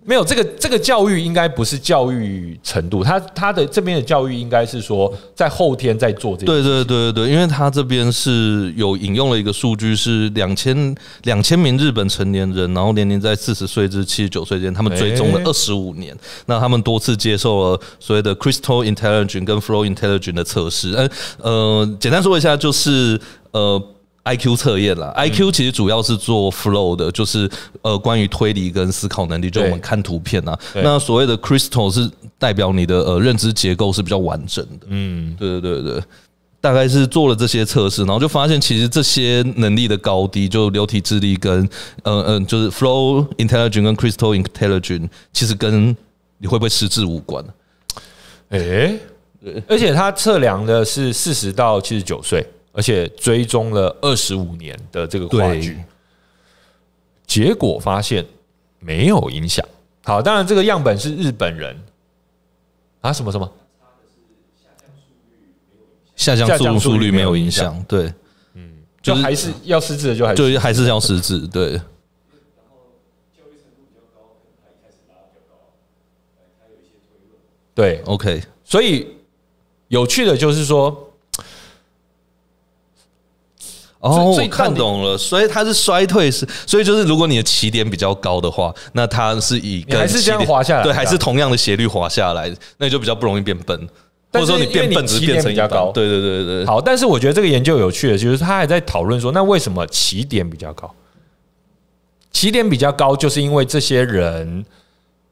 S1: 没有这个这个教育应该不是教育程度，他他的这边的教育应该是说在后天在做这个，
S2: 对对对对对，因为他这边是有引用了一个数据，是两千两千名日本成年人，然后年龄在四十岁至七十九岁间，他们追踪了
S1: 哎
S2: 二十五年。那他们多次接受了所谓的 Crystal Intelligence 跟 Flow Intelligence 的测试。呃呃，简单说一下，就是呃。I Q 测验啦，I
S1: 嗯
S2: Q 其实主要是做 flow 的，就是呃关于推理跟思考能力，就我们
S1: 对
S2: 看图片啊。
S1: 对
S2: 那所谓的 crystal 是代表你的呃认知结构是比较完整的，嗯，对对对对。大概是做了这些测试，然后就发现其实这些能力的高低，就流体智力跟嗯嗯，就是 flow intelligence 跟 crystal intelligence，其实跟你会不会失智无关。
S1: 诶、而且他测量的是四十到七十九岁，而且追踪了二十五年的这个话剧，结果发现没有影响。好，当然这个样本是日本人啊，什么什么，
S2: 下降
S1: 下降
S2: 速
S1: 速
S2: 速
S1: 率
S2: 率
S1: 没
S2: 没
S1: 有
S2: 有
S1: 影
S2: 影
S1: 响
S2: 响，对，
S1: 就
S2: 就是
S1: 还是要失智的就还是
S2: 就还是要失智，对。
S1: 对，
S2: OK，
S1: 所以有趣的就是说，
S2: 哦，
S1: 所以
S2: 我看懂了，所以它是衰退是，所以就是如果你的起点比较高的话，那它是以
S1: 你还是
S2: 跟起
S1: 这样
S2: 点
S1: 滑下来
S2: 对，
S1: 的啊
S2: 还是同样的斜率滑下来，那就比较不容易变笨，或
S1: 但
S2: 者
S1: 是
S2: 说你变笨只是变成一
S1: 因为你起点比较
S2: 般
S1: 高
S2: 对对对对对，
S1: 好，但是我觉得这个研究有趣的，就是他还在讨论说，那为什么起点比较高？起点比较高，就是因为这些人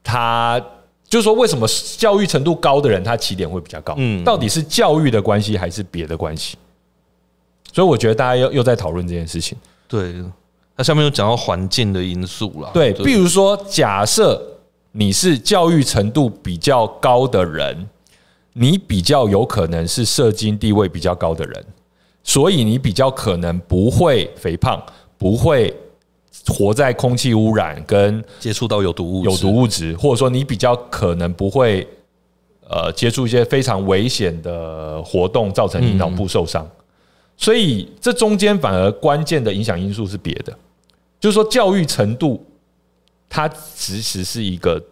S1: 他。就是说，为什么教育程度高的人，他起点会比较高？嗯，
S2: 嗯
S1: 到底是教育的关系还是别的关系？所以我觉得大家又又在讨论这件事情。
S2: 对，它下面有讲到环境的因素啦，
S1: 对，
S2: 就
S1: 比如说，假设你是教育程度比较高的人，你比较有可能是社经地位比较高的人，所以你比较可能不会肥胖，不会活在空气污染跟
S2: 接触到有毒物质，
S1: 有毒物质，或者说你比较可能不会呃接触一些非常危险的活动，造成你脑
S2: 嗯
S1: 部受伤。所以这中间反而关键的影响因素是别的，就是说教育程度，它其实是一个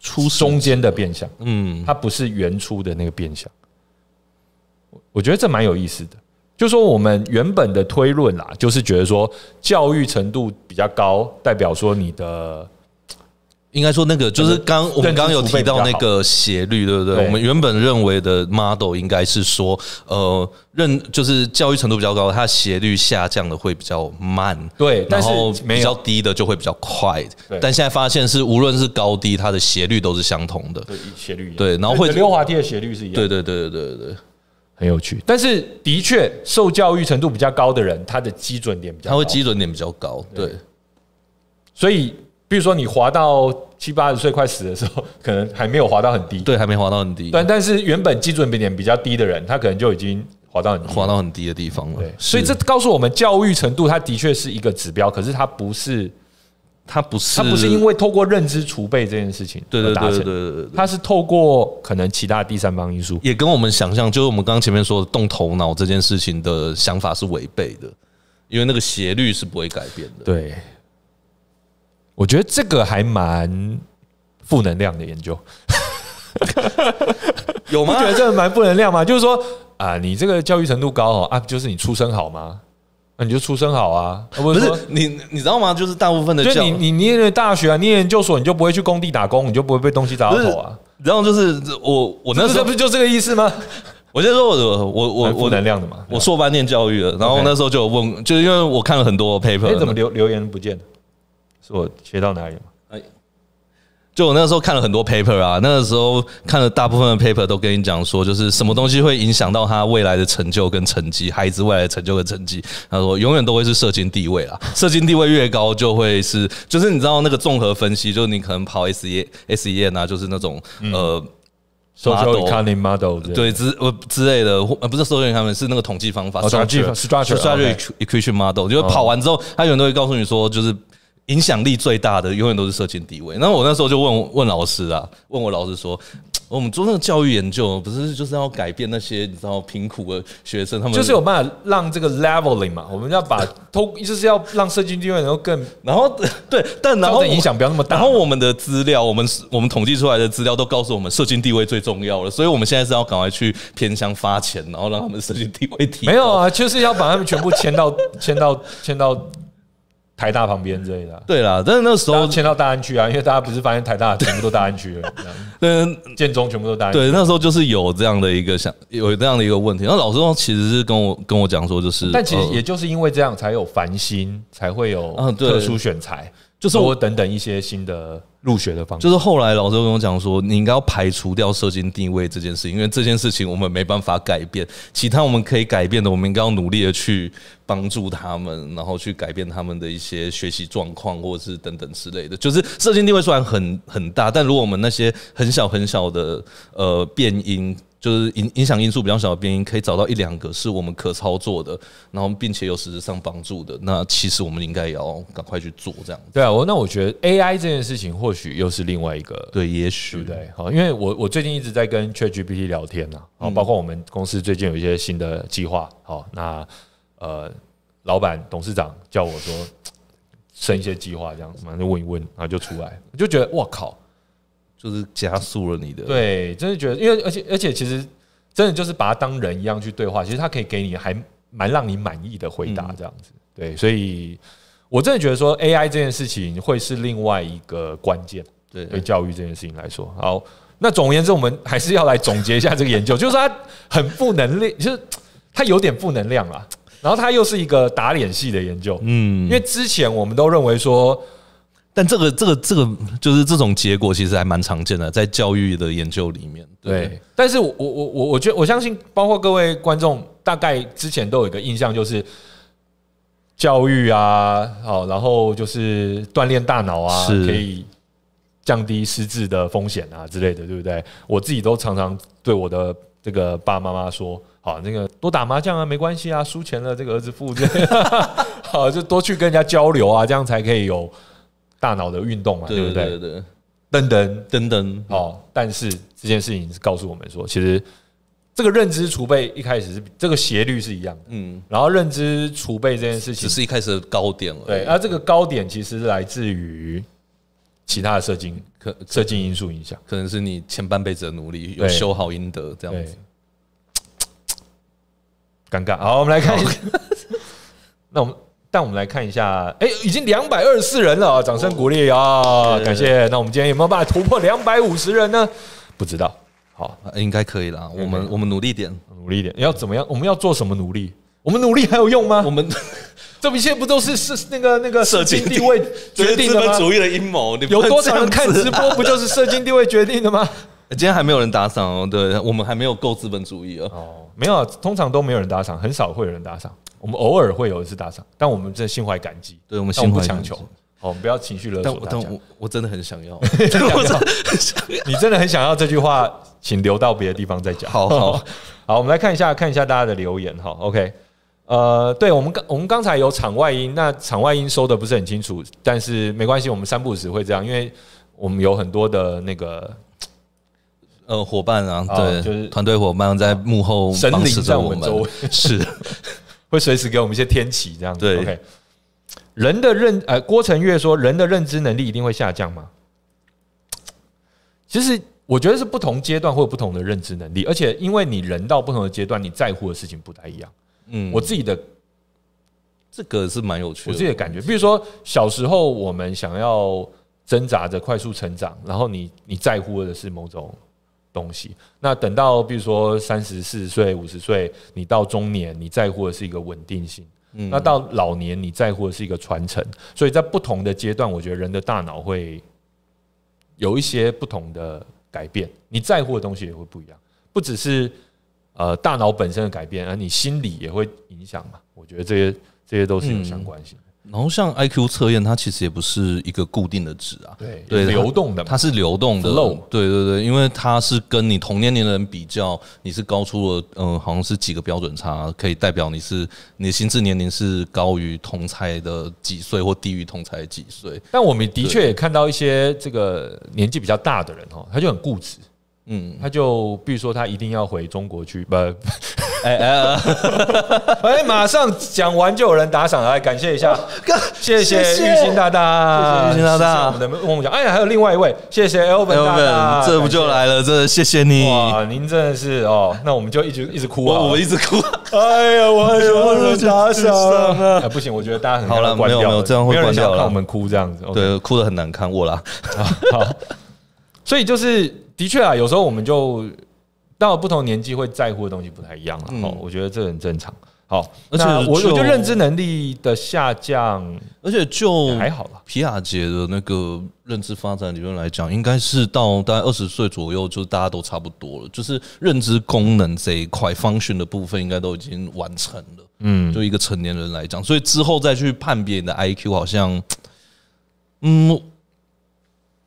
S2: 出生
S1: 中间的变相，
S2: 嗯
S1: 它不是原初的那个变相。我我觉得这蛮有意思的，就说我们原本的推论啦，就是觉得说教育程度比较高，代表说你的
S2: 应该说那个就是刚我们刚刚有提到那
S1: 认知储备比较
S2: 个斜率，对不对？
S1: 对
S2: 我们原本认为的 model 应该是说，呃，认就是教育程度比较高，它斜率下降的会比较慢，
S1: 对，但
S2: 然
S1: 是
S2: 后
S1: 没
S2: 比较
S1: 有
S2: 低的就会比较快
S1: 对。
S2: 但现在发现是无论是高低，它的斜率都是相同的。
S1: 对斜率一样
S2: 对然后
S1: 就
S2: 会
S1: 你的溜滑梯的斜率是一样的，
S2: 对对对对对对，
S1: 很有趣。但是的确，受教育程度比较高的人，他的基准点比较
S2: 它
S1: 高，
S2: 会基准点比较高。对，
S1: 所以比如说你滑到七八十岁快死的时候，可能还没有滑到很低，
S2: 对，还没滑到很低，
S1: 但但是原本基准点比较低的人，他可能就已经滑到很低了。
S2: 滑到很低的地方了
S1: 对。，
S2: 是
S1: 所以这告诉我们，教育程度它的确是一个指标，可是它不是，
S2: 它不是
S1: 它不是因为透过认知储备这件事情
S2: 对对
S1: 而达
S2: 对
S1: 成
S2: 对，对对对。
S1: 它是透过可能其他第三方因素。
S2: 也跟我们想象，就是我们刚刚前面说的动头脑这件事情的想法是违背的，因为那个斜率是不会改变的。
S1: 对，我觉得这个还蛮负能量的研 究。
S2: 有
S1: 不觉得这蛮负能量吗？就是说啊，你这个教育程度高哦，啊，就是你出身好吗？那、你就出身好啊，啊不
S2: 不
S1: 是
S2: 是
S1: 说，
S2: 你，你知道吗？就是大部分的
S1: 就
S2: 教，
S1: 你你念了大学啊，念研究所，你就不会去工地打工，你就不会被东西砸
S2: 不
S1: 到
S2: 是
S1: 头啊？，
S2: 然后就是我我那
S1: 那
S2: 时
S1: 这
S2: 候
S1: 不，是就这个意思吗？
S2: 我先说我我我
S1: 蛮负
S2: 我
S1: 能量的嘛。
S2: 我硕班念教育的，然后
S1: OK
S2: 那时候就有问，就是因为我看了很多 paper，
S1: 哎、怎么留留言不见了？是我学到哪里了吗？
S2: 就我那时候看了很多 paper 啊，那个时候看了大部分的 paper 都跟你讲说，就是什么东西会影响到他未来的成就跟成绩，孩子未来的成就跟成绩。他说永远都会是社经地位啦，社经地位越高就会是，就是你知道那个综合分析，就是你可能跑 S E S E N 啊，就是那种呃。
S1: Social economy model 之类的
S2: 对之呃之类的，或呃不是搜寻他们是那个统计方法
S1: 哦统计
S2: structure
S1: structure，
S2: structure
S1: OK 哦
S2: equation model，就是跑完之后，他永远都会告诉你说，就是影响力最大的永远都是社群地位。那我那时候就问问老师啊，问我老师说，我们做那个教育研究，不是就是要改变那些你知道贫苦的学生，他们
S1: 就是有办法让这个 leveling 嘛，我们要把通，就是要让社经地位能够更
S2: 然后对，但然
S1: 造
S2: 后
S1: 成影响不要那么大
S2: 然后我们的资料，我们我们统计出来的资料都告诉我们，社经地位最重要了，所以我们现在是要赶快去偏乡发钱，然后让他们社经地位提高。
S1: 没有啊，就是要把他们全部迁到 迁到迁到台大旁边之类的啊、
S2: 对啦，但是那时
S1: 都
S2: 候，
S1: 迁到大安区啊，因为大家不是发现台大全部都大安区了， 这样
S2: 嗯，
S1: 建中全部都大安区。
S2: 对，那时候就是有这样的一个想，有这样的一个问题。那老师其实是跟我跟我讲说，就是，
S1: 但其实
S2: 呃
S1: 也就是因为这样，才有繁星，才会有
S2: 啊对
S1: 特殊选材，
S2: 就是
S1: 我
S2: 我
S1: 等等一些新的入学的方式。
S2: 就是后来老师跟我讲说，你应该要排除掉社经地位这件事情，因为这件事情我们没办法改变，其他我们可以改变的，我们应该要努力的去帮助他们，然后去改变他们的一些学习状况，或者是等等之类的。就是社经地位虽然很很大，但如果我们那些很小很小的呃变因。就是影影响因素比较小的变因，可以找到一两个是我们可操作的，然后并且有实质上帮助的。那其实我们应该也要赶快去做这样。
S1: 对啊，我那我觉得 AI 这件事情或许又是另外一个
S2: 对，也许
S1: 对不对？好，因为我我最近一直在跟 ChatGPT 聊天呐、啊，好，包括我们公司最近有一些新的计划，好，那呃，老板董事长叫我说生一些计划这样子嘛，就问一问，然后就出来，我就觉得哇靠，
S2: 就是加速了你的
S1: 对，真的觉得，因为而且而且其实真的就是把它当人一样去对话，其实它可以给你还蛮让你满意的回答这样子，对，所以我真的觉得说 AI 这件事情会是另外一个关键。
S2: 对
S1: 对教育这件事情来说。好，那总而言之，我们还是要来总结一下这个研究，就是 说它很负能量，就是它有点负能量啦。然后它又是一个打脸系的研究，
S2: 嗯，
S1: 因为之前我们都认为说，
S2: 但这个这个这个就是这种结果，其实还蛮常见的，在教育的研究里面。
S1: 对，但是我我我我我觉得我相信，包括各位观众，大概之前都有一个印象，就是教育啊，好，然后就是锻炼大脑啊，
S2: 是
S1: 可以降低失智的风险啊之类的，对不对？我自己都常常对我的这个爸爸妈妈说。好，那个多打麻将啊，没关系啊，输钱了这个儿子付。 好，就多去跟人家交流啊，这样才可以有大脑的运动嘛，啊对
S2: 对
S1: 不
S2: 对
S1: 对？
S2: 对，
S1: 等等，
S2: 等等，
S1: 哦，但是这件事情是告诉我们说，其实这个认知储备一开始是这个斜率是一样的，
S2: 嗯，
S1: 然后认知储备这件事情
S2: 只，是一开始的高点而
S1: 对，
S2: 已。
S1: 而、这个高点其实是来自于其他的射精
S2: 可
S1: 射精因素影响。
S2: 可能是你前半辈子的努力有
S1: 对
S2: 修好阴德这样
S1: 对
S2: 子。，
S1: 尴尬。好，我们来看一下， 那我们。但我们来看一下，哎、已经两百二十四人了，掌声鼓励啊！
S2: 是
S1: 感谢。那我们今天有没有办法突破两百五十人呢？不知道。好，
S2: 啊应该可以啦，我们我们努力点，
S1: 努力一点。要怎么样？我们要做什么努力？我们努力还有用吗
S2: 我？ 们
S1: 这一切不都是是那个那个社
S2: 社经
S1: 经
S2: 地
S1: 地位 决定的吗？
S2: 义的阴谋，你不
S1: 有
S2: 能
S1: 多
S2: 这
S1: 少人
S2: 样
S1: 看
S2: 子
S1: 直播，不就是社经地位决定的吗？
S2: 今天还没有人打赏哦，对我们还没有够资本主义哦。
S1: 哦，没有啊，通常都没有人打赏，很少会有人打赏。我们偶尔会有一次打赏，但我们这心怀感激，
S2: 对我们
S1: 但我们不
S2: 心怀感
S1: 强
S2: 激
S1: 求。哦，我们不要情绪勒
S2: 但
S1: 索
S2: 我
S1: 大
S2: 但
S1: 家。
S2: 我我真的很想 要，
S1: 想要
S2: 我真的很想要。
S1: 你真的很想要这句话，请留到别的地方再讲。
S2: 好好
S1: 好，我们来看一下看一下大家的留言哈。OK，呃，对我们刚我们刚才有场外音，那场外音收的不是很清楚，但是没关系，我们三不五时会这样，因为我们有很多的那个
S2: 呃，伙伴啊，
S1: 啊
S2: 对，
S1: 就是啊
S2: 团队伙伴在幕后
S1: 神灵
S2: 帮持
S1: 在
S2: 着
S1: 我
S2: 我
S1: 们周围
S2: 们， 是
S1: 会随时给我们一些天启这样子。
S2: 对
S1: o k 人的认呃，郭成月说，人的认知能力一定会下降吗？其实我觉得是不同阶段会有不同的认知能力，而且因为你人到不同的阶段，你在乎的事情不太一样。
S2: 嗯，
S1: 我
S2: 我
S1: 自己的
S2: 这个是蛮有趣
S1: 我
S2: 的，
S1: 自己的感觉，比如说小时候我们想要挣扎着快速成长，然后你你在乎的是某种东西。那等到比如说三十四岁、五十岁，你到中年，你在乎的是一个稳定性。
S2: 嗯
S1: 那到老年，你在乎的是一个传承，所以在不同的阶段，我觉得人的大脑会有一些不同的改变，你在乎的东西也会不一样，不只是呃大脑本身的改变，而你心理也会影响嘛。我觉得这些这些都是有相关性的，
S2: 然后像 IQ 测验，它其实也不是一个固定的值啊，
S1: 对，
S2: 对
S1: 流动的嘛，
S2: 它是流动的
S1: Flow，
S2: 对对对，因为它是跟你同年龄的人比较，你是高出了，嗯，好像是几个标准差，可以代表你是你的心智年龄是高于同才的几岁或低于同才的几岁，
S1: 但我们的确也看到一些这个年纪比较大的人哦，他就很固执，
S2: 嗯，
S1: 他就比如说他一定要回中国去，不，
S2: 哎哎，哎
S1: 哎，马上讲完就有人打赏，来感谢一下，谢谢
S2: 哦谢谢
S1: 玉兴大大，
S2: 谢谢玉兴大大
S1: 谢谢我们的梦想。哎，还有另外一位，谢谢 Elvin 大大，
S2: 这不就
S1: 感
S2: 来了？这谢谢你
S1: 谢。啊哇，您真的是哦，那我们就一直一直哭啊，
S2: 我我一直哭，
S1: 哎呀，我很想有人打赏
S2: 哎
S1: 啊，哎不行，我觉得大家很
S2: 好了
S1: 难关
S2: 没有
S1: 掉
S2: 没有
S1: 的
S2: 这样会
S1: 没有人
S2: 关掉
S1: 想要
S2: 了
S1: 看我们哭这样子，OK，
S2: 对，哭得很难看，我啦，
S1: 好，所以就是的确啊，有时候我们就到了不同年纪会在乎的东西不太一样了。
S2: 嗯
S1: 哦，我觉得这很正常。好，
S2: 而且
S1: 那我我
S2: 就
S1: 觉得认知能力的下降
S2: 而且就
S1: 还好啦。
S2: 皮亚杰的那个认知发展理论来讲，应该是到大概二十岁左右，就大家都差不多了，就是认知功能这一块 function 的部分，应该都已经完成了。
S1: 嗯，
S2: 就一个成年人来讲，所以之后再去判别你的 IQ，好像，嗯，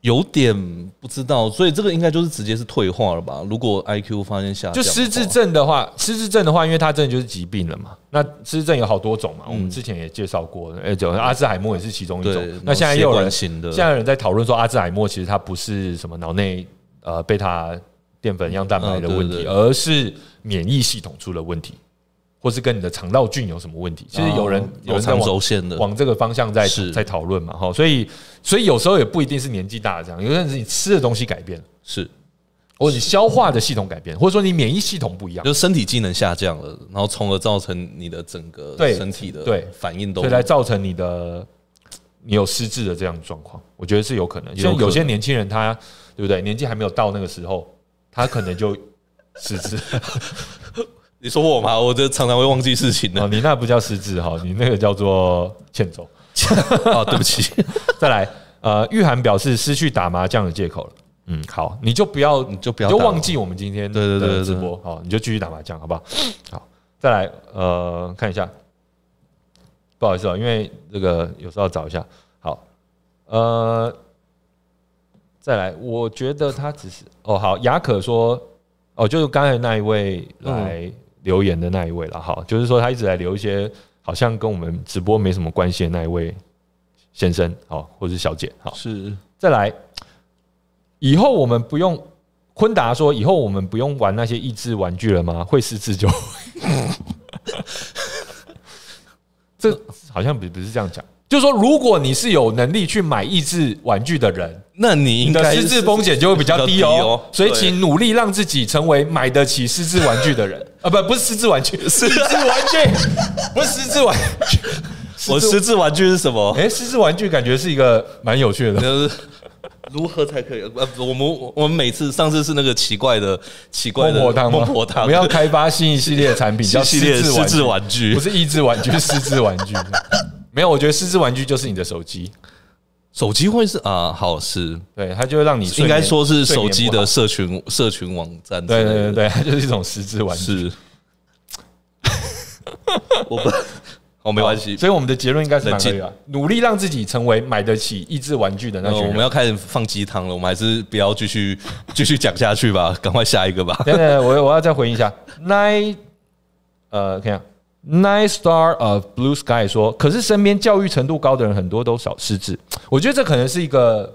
S2: 有点不知道。所以这个应该就是直接是退化了吧？如果 IQ 发现下
S1: 就
S2: 降的话，
S1: 失智症的话，失智症的话，因为它真的就是疾病了嘛。那失智症有好多种
S2: 嗯
S1: 嘛，我们之前也介绍过，哎，就阿兹海默也是其中一种
S2: 对，。
S1: 那现在也有人
S2: 型的，
S1: 现在有人在讨论说，阿兹海默其实它不是什么脑内呃贝塔淀粉样蛋白的问
S2: 嗯对对
S1: 题，
S2: 对
S1: 而是免疫系统出了问题，或是跟你的肠道菌有什么问题。其实有人
S2: 啊
S1: 有人在
S2: 长
S1: 往
S2: 轴线的，
S1: 往这个方向在
S2: 是
S1: 在讨论嘛，哈，所以所以有时候也不一定是年纪大了这样，有些是你吃的东西改变了，
S2: 是
S1: 或者你消化的系统改变，或者说你免疫系统不一样，
S2: 就是身体机能下降了，然后从而造成你的整个
S1: 对
S2: 身体的
S1: 对
S2: 反应都
S1: 所以来造成你的你有失智的这样的状况，我觉得是有可能。
S2: 有可能
S1: 像有些年轻人他，对不对？年纪还没有到那个时候，他可能就失智。
S2: 你说我吗？我这常常会忘记事情 的
S1: 哦，你那不叫失智哈，你那个叫做欠揍。
S2: 啊，对 不起，
S1: 再来，呃，玉涵表示失去打麻将的借口了。嗯，好，你就不要，
S2: 你就不
S1: 你
S2: 要
S1: 就
S2: 打了
S1: 忘记我们今天
S2: 对对对对
S1: 的
S2: 对嗯
S1: 直播，好，你就继续打麻将，好不好？好，再来，呃，看一下，不好意思哦，因为这个有时候要找一下。好，呃，再来，我觉得他只是哦，好，雅可说，
S2: 嗯
S1: 哦，就是刚才那一位来留言的那一位了，好，就是说他一直来留一些好像跟我们直播没什么关系的那一位先生，好，或者是小姐，好，
S2: 是
S1: 再来，以后我们不用。昆达说：“以后我们不用玩那些益智玩具了吗？会失智就会。 这好像不不是这样讲，就是说，如果你是有能力去买益智玩具的人，
S2: 那你应
S1: 你
S2: 该
S1: 的失智 风险就会比较低
S2: 比较低
S1: 哦
S2: 哦。
S1: 所以，
S2: 对
S1: 请努力让自己成为买得起失智玩具的人啊！不，不是失智玩具，失智玩具，不是失智玩具。
S2: 我失智玩具是什么？
S1: 哎，失智玩具感觉是一个蛮有趣的东西。
S2: 就是 如何才可以？呃，我们我们每次上次是那个奇怪的奇怪的
S1: 孟婆汤吗，
S2: 孟婆汤，
S1: 我们 要开发新一系列的产品，叫
S2: 一系列
S1: 失智
S2: 失
S1: 玩具
S2: 智玩具
S1: 不，是益智玩具，是失智玩具。 没有，我觉得失智玩具就是你的手机，
S2: 手机会是啊，好是
S1: 对，它就会让你睡
S2: 应
S1: 眠
S2: 该说是手机
S1: 睡
S2: 的，
S1: 眠
S2: 社群社群网站之
S1: 不好
S2: 类
S1: 对对
S2: 的，
S1: 对对，它就是一种失智玩具。
S2: 是， 我不， 哦没关系，
S1: 所以我们的结论应该是蛮合理
S2: 冷
S1: 的，努力让自己成为买得起益智玩具的那
S2: 呃
S1: 群
S2: 我
S1: 人
S2: 们。要开始放鸡汤了，我们还是不要继续继续讲下去吧， 赶快下一个吧。
S1: 等等，等我我要再回应一下 Nine，呃，看一下 Nine Star of Blue Sky 说，可是身边教育程度高的人很多都少失智，我觉得这可能是一个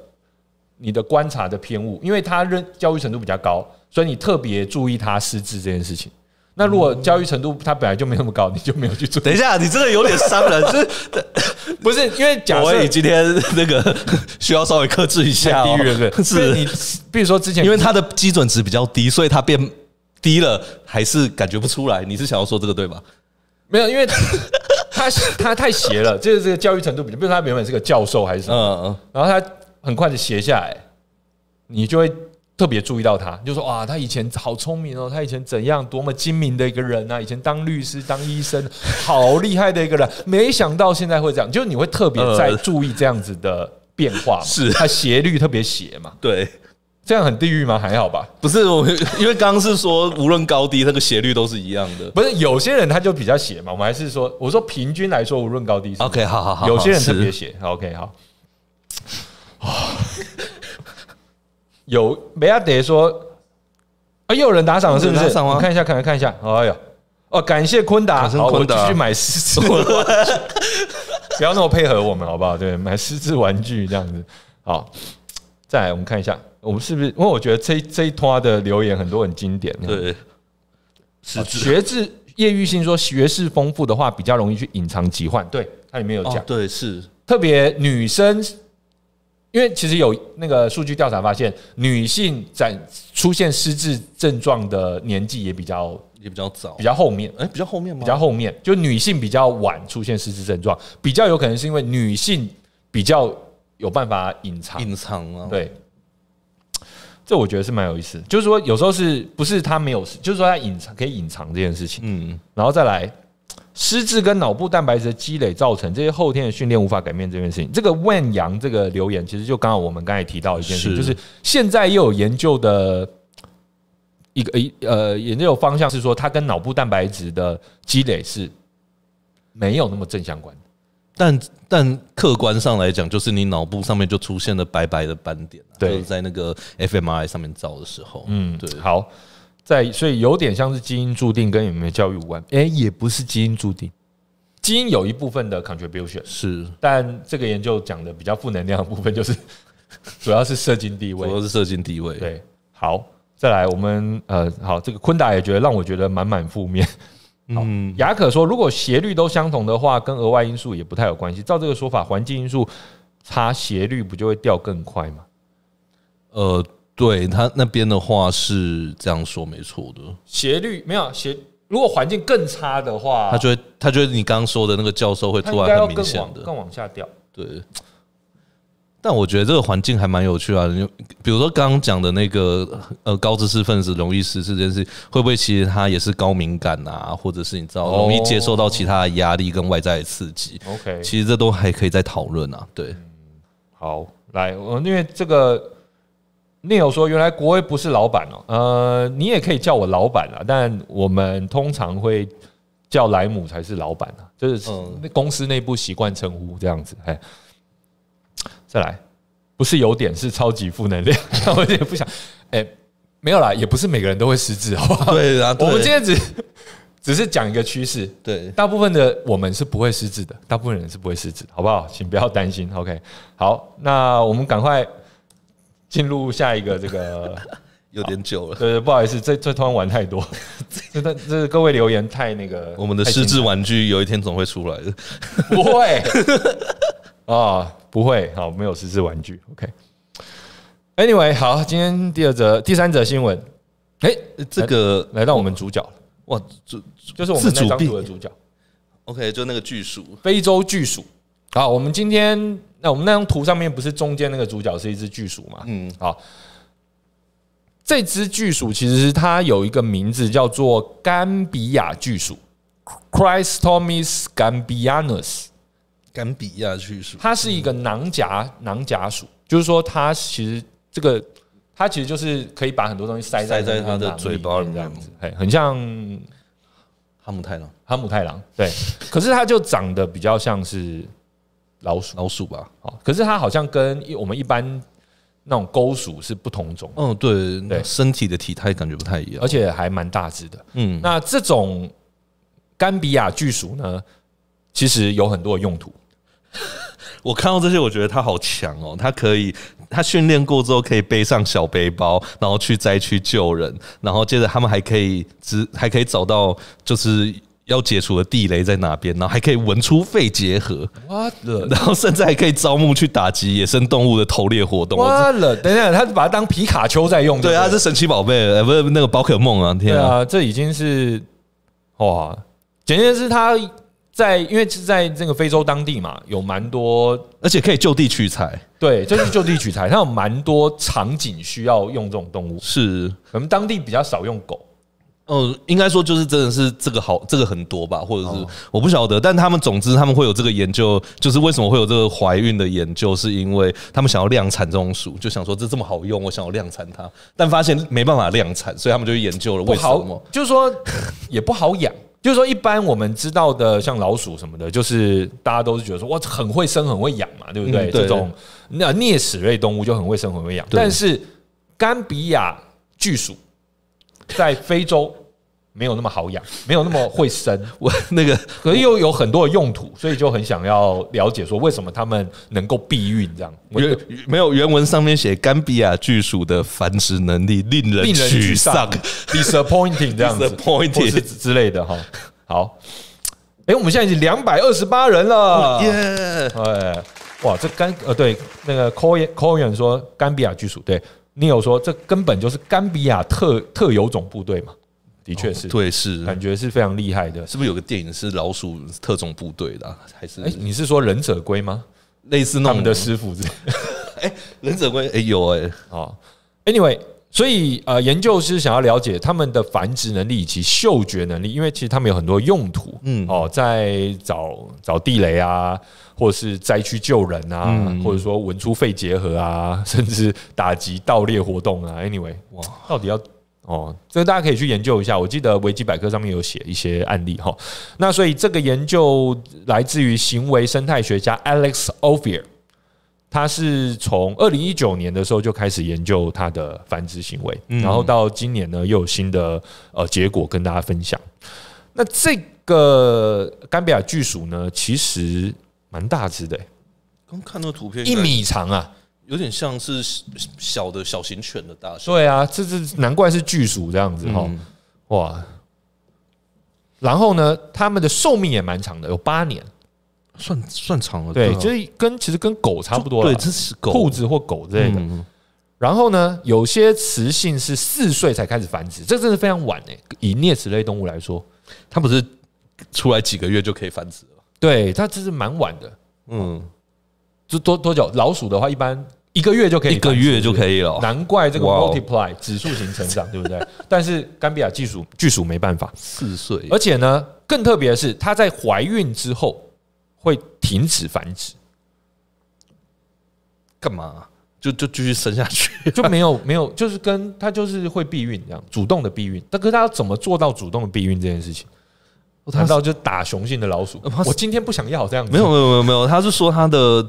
S1: 你的观察的偏误，因为他认教育程度比较高，所以你特别注意他失智这件事情。那如果教育程度他本来就没那么高，你就没有去注意。
S2: 等一下，你真的有点伤 人，这
S1: 不是因为假
S2: 我
S1: 设
S2: 也今天那个需要稍微克制一下、
S1: 太
S2: 哦，
S1: 低了， 对不对？因为
S2: 是
S1: 你，比如说之前
S2: 因为它的基准值比较低，所以它变低了，还是感觉不出来。你是想要说这个对吧？
S1: 没有，因为他他太邪了，这个这个教育程度比较，比如说他原本是个教授还是什么。
S2: 嗯嗯，
S1: 然后他很快的斜下来，你就会特别注意到他，你就说哇，他以前好聪明哦，他以前怎样多么精明的一个人啊，以前当律师、当医生， 好厉害的一个人，没想到现在会这样，就是你会特别在
S2: 呃
S1: 注意这样子的变化嘛，
S2: 是
S1: 他斜率特别斜嘛，
S2: 对。
S1: 这样很地狱吗？还好吧，
S2: 不是我，因为刚刚是说无论高低，那个斜率都是一样的。
S1: 不是有些人他就比较斜嘛，我们还是说，我说平均来说，无论高低是
S2: OK，好好好，
S1: 有些人特
S2: 是
S1: 别写。好 OK，好。 有梅亚德说，啊，又有人打赏了，是不
S2: 有
S1: 是？
S2: 人打赏吗
S1: 我看一下，看看一下。哎呦，哦，感谢昆达，
S2: 感谢
S1: 好，我
S2: 昆
S1: 继
S2: 达
S1: 续买狮子玩具， 不要那么配合我们，好不好？对，买狮子玩具这样子。好，再来我们看一下，我们是不是？因为我觉得这一这一拖的留言很多很经典，
S2: 对，
S1: 好，学制叶玉信说，学识丰富的话比较容易去隐藏疾患，对，它里面有讲
S2: 哦。对是，
S1: 特别女生，因为其实有那个数据调查发现，女性展出现失智症状的年纪也比较
S2: 也比较早
S1: 比，较后面，
S2: 哎，比较后面吗？
S1: 比较后面，就女性比较晚出现失智症状，比较有可能是因为女性比较有办法隐藏，
S2: 隐藏啊。
S1: 对。这我觉得是蛮有意思，就是说有时候是不是她没有事，就是说她隐藏可以隐藏这件事情。
S2: 嗯，
S1: 然后再来，失智跟脑部蛋白质的积累造成这些后天的训练无法改变这件事情。这个万阳这个留言，其实就刚好我们刚才提到一件事情，
S2: 是
S1: 就是现在又有研究的一个一呃研究方向是说，它跟脑部蛋白质的积累是没有那么正相关的。
S2: 但但客观上来讲，就是你脑部上面就出现了白白的斑点、啊，
S1: 对
S2: 就是在那个 fMRI 上面照的时候，嗯，对，
S1: 好，在所以有点像是基因注定跟有没有教育无关，诶，也不是基因注定，基因有一部分的 contribution。
S2: 是，
S1: 但这个研究讲的比较负能量的部分，就是 主要是社经地
S2: 主
S1: 位。
S2: 要是射精地位，
S1: 对，好，再来我们呃，好，这个昆达也觉得让我觉得满满负面。
S2: 嗯，
S1: 雅可说，如果斜率都相同的话，跟额外因素也不太有关系。照这个说法，环境因素差斜率不就会掉更快吗？
S2: 呃，对他那边的话是这样说没错的，
S1: 斜率没有斜，如果环境更差的话，
S2: 他就会他觉得你刚刚说的那个教授会
S1: 它
S2: 突
S1: 应该
S2: 然
S1: 要
S2: 很明
S1: 更
S2: 显
S1: 往
S2: 的，
S1: 更往下掉。
S2: 对。但我觉得这个环境还蛮有趣啊，你比如说刚刚讲的那个呃高知识分子容易失智这件事，会不会其实他也是高敏感啊，或者是你知道
S1: 哦
S2: 容易接受到其他的压力跟外在的刺激？
S1: OK，
S2: 其实这都还可以再讨论啊。对，
S1: 嗯好，来，我因为这个 Neil 说，原来国威不是老板哦，呃，你也可以叫我老板啊，但我们通常会叫莱姆才是老板啊，就是
S2: 嗯
S1: 公司内部习惯称呼这样子。哎，再来，不是有点是超级负能量， 我也不想，哎，没有啦，也不是每个人都会失智，好不好？
S2: 对啊，
S1: 我们今
S2: 对
S1: 天只只是讲一个趋势。
S2: 对，
S1: 大部分的我们是不会失智的，大部分人是不会失智的，好不好？请不要担心。OK，好，那我们赶快进入下一个这 个。
S2: 有点久了。
S1: 对对，不好意思，这这突然玩太 多，这这这各位留言太那个，
S2: 我们的
S1: 太
S2: 失智
S1: 精
S2: 玩具有一天总会出来的。
S1: 彩不会 啊，不会，好，没有失智玩具，OK。Anyway，好，今天第二则、第三则新闻，哎、
S2: 这个
S1: 来到我们主角了，
S2: 哇，就
S1: 就是我们那
S2: 自主
S1: 张
S2: 必
S1: 图的主角
S2: OK，就那个巨鼠
S1: ——非洲巨鼠。好，我们今天那我们那张图上面不是中间那个主角是一只巨鼠嘛？
S2: 嗯
S1: 嗯，好，这只巨鼠其实是它有一个名字叫做甘比亚巨鼠 （Chrystomis gambianus），
S2: 甘比亚巨鼠，
S1: 它是一个囊夹囊夹鼠，就是说它其实这个它其实就是可以把很多东西塞在
S2: 塞
S1: 那
S2: 在
S1: 个
S2: 它的
S1: 囊
S2: 嘴巴里面
S1: 这样子，嘿很像
S2: 哈姆太郎，
S1: 哈姆太郎。对，可是它就长得比较像是老鼠。
S2: 老鼠吧？
S1: 哦，可是它好像跟一我们一般那种钩鼠是不同种，
S2: 嗯，对，
S1: 对
S2: 身体的体态感觉不太一样
S1: 而。且还蛮大只的。
S2: 嗯，
S1: 那这种甘比亚巨鼠呢，其实有很多的用途。
S2: 我看到这些，我觉得它好强哦，它可以，它训练过之后可以背上小背包，然后去灾区救人，然后接着他们还可以只还可以找到就是。要解除的地雷在哪边？然后还可以闻出肺结核，
S1: What the
S2: 然后甚至还可以招募去打击野生动物的狩猎活动。我真
S1: What the？等一下，他把它当皮卡丘在用。
S2: 对
S1: 不
S2: 啊，是神奇宝贝，呃，不是那个宝可梦啊！天
S1: 对
S2: 啊，
S1: 啊，这已经是哇，简直是他在因为是在这个非洲当地嘛，有蛮多
S2: 而且可以就地取材，
S1: 对，就是就地取材，它有蛮多场景需要用这种动物，
S2: 是，
S1: 可能当地比较少用狗。
S2: 嗯，应该说就是真的是这个好，这个很多吧，或者
S1: 哦
S2: 是我不晓得，但他们总之他们会有这个研究，就是为什么会有这个怀孕的研究，是因为他们想要量产这种鼠，就想说这这么好用，我想要量产它，但发现没办法量产，所以他们就去研究了
S1: 不
S2: 为什
S1: 好
S2: 么。，
S1: 就是 说也不好养。就是说，一般我们知道的，像老鼠什么的，就是大家都是觉得说，哇，很会生，很会养嘛，对不对？
S2: 嗯对
S1: 这种那啮齿类动物就很会生，很会养。
S2: 对
S1: 但是甘比亚巨鼠在非洲没有那么好养，没有那么会 生，
S2: 我那个
S1: 可是又有很多的用途，所以就很想要了解说，为什么它们能够避孕这样？我
S2: 原没有原文上面写甘比亚巨鼠的繁殖能力令人
S1: 令人沮
S2: 呃沮
S1: 丧
S2: 丧，
S1: disappointing 这样子
S2: Disappointing
S1: 或是之类的哈。好，哎、我们现在已经两百二十八人了，
S2: 哦耶、
S1: 哎，哇，这甘呃对，那个 Cohen Cohen 说甘比亚巨鼠，对你有说这根本就是甘比亚特特有种部队嘛？的确是，
S2: 哦对是。
S1: 感觉是非常厉害的。
S2: 是不是有个电影是老鼠特种部队的啊、还是
S1: 哎、你是说忍者龟吗？
S2: 类似那
S1: 他
S2: 种
S1: 们的师傅之类的
S2: 哎、忍者龟哎、有哎、
S1: 好 a n y w a y 所以呃，研究是想要了解它们的繁殖能力以及嗅觉能力，因为其实它们有很多用途，
S2: 嗯
S1: 嗯，哦，在找找地雷啊，或者是灾区救人啊，或者说闻出肺结核啊， 甚至打击盗猎活动啊。Anyway，
S2: 哇
S1: 哇，到底要哦，这个大家可以去研究一下。我记得维基百科上面有写一些案例哈。那所以这个研究来自于行为生态学家 Alex Ophir，他是从二零一九年的时候就开始研究它的繁殖行为，
S2: 嗯
S1: 然后到今年呢又有新的呃结果跟大家分享。那这个甘比亚巨鼠呢，其实蛮大只的、
S2: 刚看那个图片，
S1: 一，米长啊！
S2: 有点像是小的小型犬的大小。
S1: 对啊，这是难怪是巨鼠这样子哈、
S2: 嗯
S1: 哇！然后呢，它们的寿命也蛮长的，有八年，
S2: 算算长了，
S1: 对，
S2: 啊
S1: 就是跟其实跟狗差不多了
S2: 对，，这是狗
S1: 兔子或狗之类的。
S2: 嗯
S1: 然后呢，有些雌性是四岁才开始繁殖，这真的非常晚诶。以啮齿类动物来说，
S2: 它不是出来几个月就可以繁殖了？
S1: 对它这是蛮晚的。
S2: 嗯，
S1: 就多多久？老鼠的话，一般一个月就可以
S2: 一
S1: 繁殖，
S2: 个月就可以了。
S1: 难怪这个
S2: 哇哦
S1: multiply 指数型成 长，对不对？但是甘比亚巨鼠巨鼠没办法，
S2: 四岁，
S1: 而且呢，更特别的是，它在怀孕之后会停止繁殖，
S2: 干嘛？就就继续生下去？
S1: 就没有没有，就是跟它就是会避孕这样，主动的避孕。但可是它要怎么做到主动的避孕这件事情？
S2: 它
S1: 难道就打雄性的老鼠
S2: 哦呃它？是
S1: 我今天不想要这样子，
S2: 没有没有没有没有，他是说他的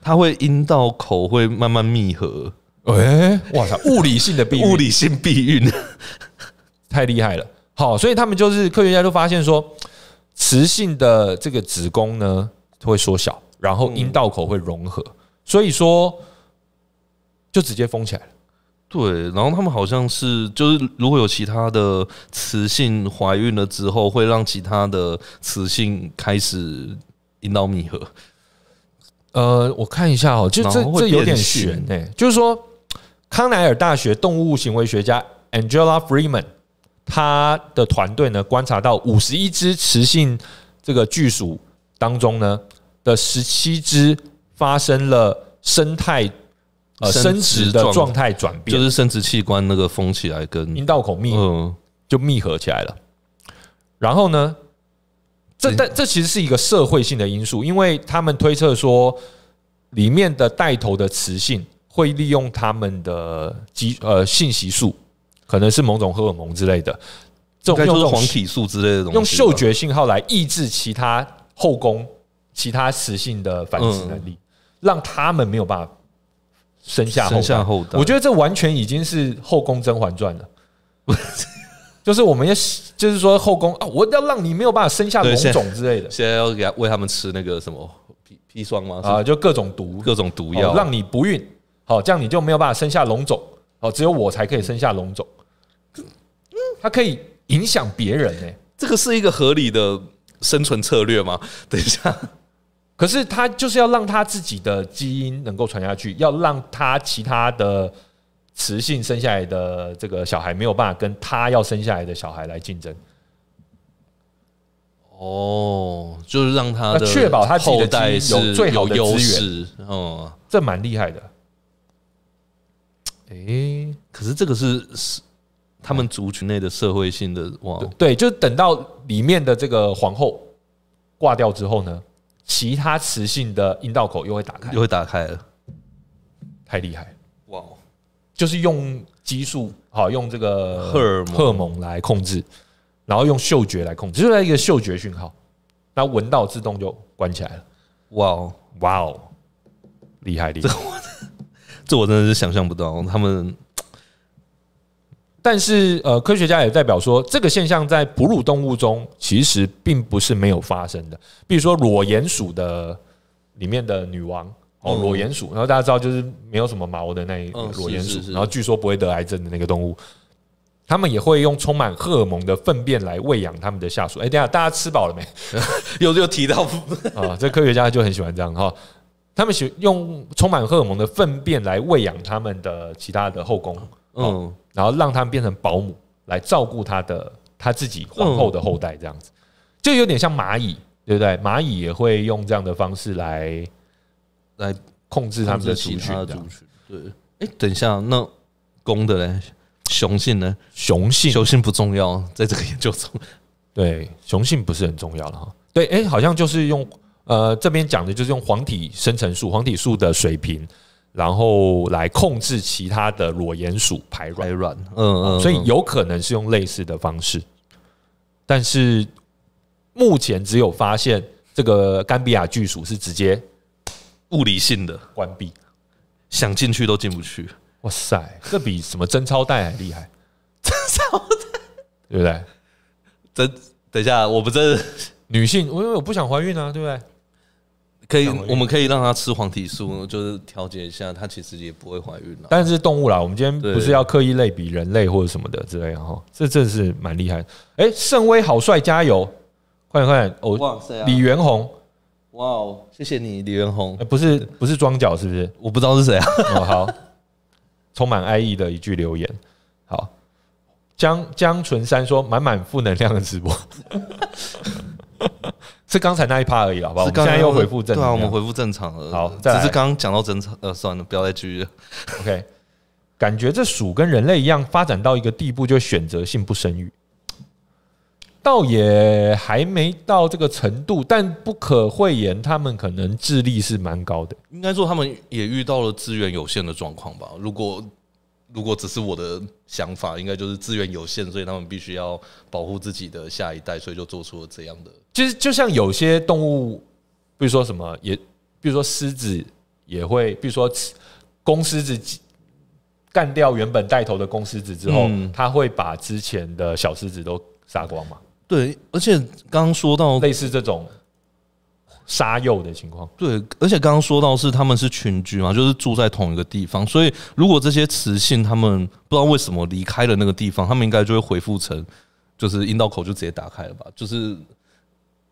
S2: 他会阴道口会慢慢密合，
S1: 哎，哇塞，物理性的避孕，
S2: 物理性避孕。
S1: 太厉害了。好，所以他们就是科学家就发现说，雌性的这个子宫呢会缩小，然后阴道口会融合，所以说就直接封起来了。
S2: 对，然后他们好像是就是如果有其他的雌性怀孕了之后，会让其他的雌性开始阴道密合。
S1: 呃，我看一下哦，就这
S2: 然后会
S1: 这有点
S2: 变形
S1: 悬哎、就是说，康奈尔大学动物行为学家 Angela Freeman 他的团队呢观察到五十一只雌性这个巨鼠当中呢的十七只发生了生态呃
S2: 生
S1: 生
S2: 殖
S1: 殖的
S2: 状
S1: 状态转
S2: 就
S1: 变，
S2: 是嗯生殖器官那个封起来跟
S1: 阴道口密
S2: 嗯，
S1: 就密合起来了。然后呢，这
S2: 对
S1: 但这其实是一个社会性的因素，因为他们推测说，里面的带头的雌性会利用他们的激呃性激素，可能是某种荷尔蒙之类的，这种
S2: 应该
S1: 用
S2: 就是
S1: 这
S2: 黄
S1: 种
S2: 体素之类的东西吧，
S1: 用嗅觉信号来抑制其他后宫其他雌性的繁殖能力，
S2: 嗯
S1: 让他们没有办法生下后
S2: 生
S1: 代
S2: 下。后代。
S1: 我觉得这完全已经是《后宫甄嬛传》了。 就是我们要，就是说后宫啊，我要让你没有办法生下
S2: 对
S1: 龙
S2: 现在
S1: 种之类的
S2: 现在要给他喂他们吃那个什么砒砒霜吗？
S1: 啊，
S2: 啊，
S1: 就各种毒，
S2: 各种毒
S1: 好
S2: 药，
S1: 让你不孕，好，这样你就没有办法生下龙种，哦，只有我才可以生下龙种，它可以影响别人欸呢、
S2: 这个是一个合理的生存策略吗？ 等一下，
S1: 可是他就是要让他自己的基因能够传下去，要让他其他的雌性生下来的这个小孩没有办法跟他要生下来的小孩来竞争，
S2: 哦，就是让他的
S1: 那确保他自己
S2: 后
S1: 的基因
S2: 代是
S1: 有最好的
S2: 有优
S1: 资
S2: 势。嗯，
S1: 这蛮厉害的。诶、
S2: 可是这个是是他们族群内的社会性的哇，
S1: 嗯对，就等到里面的这个皇后挂掉之后呢，其他雌性的阴道口又会打开
S2: 又，会打开了
S1: 太厉害了，
S2: 哇。
S1: 哦就是用激素，好用这个
S2: 荷尔蒙
S1: 荷尔蒙来控制，然后用嗅觉来控制，就是一个嗅觉讯号，那闻到自动就关起来了。
S2: 哇，
S1: 哇哦，厉害厉害！
S2: 这我真的是想象不到，他们
S1: 但是呃，科学家也代表说，这个现象在哺乳动物中其实并不是没有发生的。比如说裸鼹鼠的里面的女王哦，
S2: 嗯
S1: 裸鼹鼠，然后大家知道就是没有什么毛的那一
S2: 嗯
S1: 裸鼹
S2: 是
S1: 鼠
S2: 是，是
S1: 然后据说不会得癌症的那个动物，他们也会用充满荷尔蒙的粪便来喂养他们的下属。哎，等一下大家吃饱了没？
S2: 又又提到
S1: 啊，这科学家就很喜欢这样哈。他们喜用充满荷尔蒙的粪便来喂养他们的其他的后宫，
S2: 嗯，
S1: 然后让他们变成保姆来照顾他的他自己皇后的后代，这样子，就有点像蚂蚁，对不对？蚂蚁也会用这样的方式来
S2: 来
S1: 控制他们的族
S2: 其
S1: 群啊
S2: 他的
S1: 这
S2: 族
S1: 样。
S2: 群。对，哎、等一下，那公的嘞，雄性呢？
S1: 雄性
S2: 雄性不重要，在这个研究 中，
S1: 对雄性不是很重要了哈。对，哎，好像就是用呃这边讲的就是用黄体生成素、黄体素的水平，然后来控制其他的裸鼹鼠排卵
S2: 排。卵，嗯嗯，
S1: 所以
S2: 嗯
S1: 有可能是用类似的方式，但是目前只有发现这个甘比亚巨鼠是直接
S2: 物理性的，
S1: 关闭。
S2: 想进去都进不去。
S1: 哇塞，这比什么真超带还厉 害！真超带，对不对？
S2: 真，等一下，我们这
S1: 女性，我因为我不想怀孕啊，对不对？
S2: 可以，我们可以让它吃黄体素，就是调节一下，它其实也不会怀孕了。啊
S1: 但是动物啦，我们今天
S2: 对
S1: 不是要刻意类比人类或者什么的之类的哈，这真是蛮厉害的。哎，盛威好帅，加油！快点快点！哦，
S2: 哇塞、啊
S1: 李元宏，
S2: 哇哦，谢谢你，李元宏
S1: 呃。不是不是庄脚是不是？
S2: 我不知道是谁啊，
S1: 哦，好，充满爱意的一句留言。好，江江纯山说满满负能量的直播， 是刚才那一趴而已，好不好？我们现
S2: 是刚
S1: 在
S2: 才
S1: 又回复正
S2: 对啊，我
S1: 能
S2: 们
S1: 量。
S2: 回复正常了。
S1: 好
S2: 只
S1: 再来
S2: 是刚刚讲到正常，呃，算了，不要再继续了。
S1: OK，感觉这鼠跟人类一样，发展到一个地步就选择性不生育，倒也还没到这个程度，但不可讳言，他们可能智力是蛮高的。
S2: 应该说他们也遇到了资源有限的状况吧。如果如果只是我的想法，应该就是资源有限，所以他们必须要保护自己的下一代，所以就做出了这样的。
S1: 其实就像有些动物，比如说什么也，比如说狮子也会，比如说雌公狮子干掉原本带头的公狮子之后，
S2: 嗯
S1: 它会把之前的小狮子都杀光嘛，
S2: 对，而且刚刚说到
S1: 类似这种杀幼的情况。
S2: 对，而且刚刚说到是他们是群居嘛，就是住在同一个地方，所以如果这些雌性他们不知道为什么离开了那个地方，他们应该就会回复成，就是阴道口就直接打开了吧？就是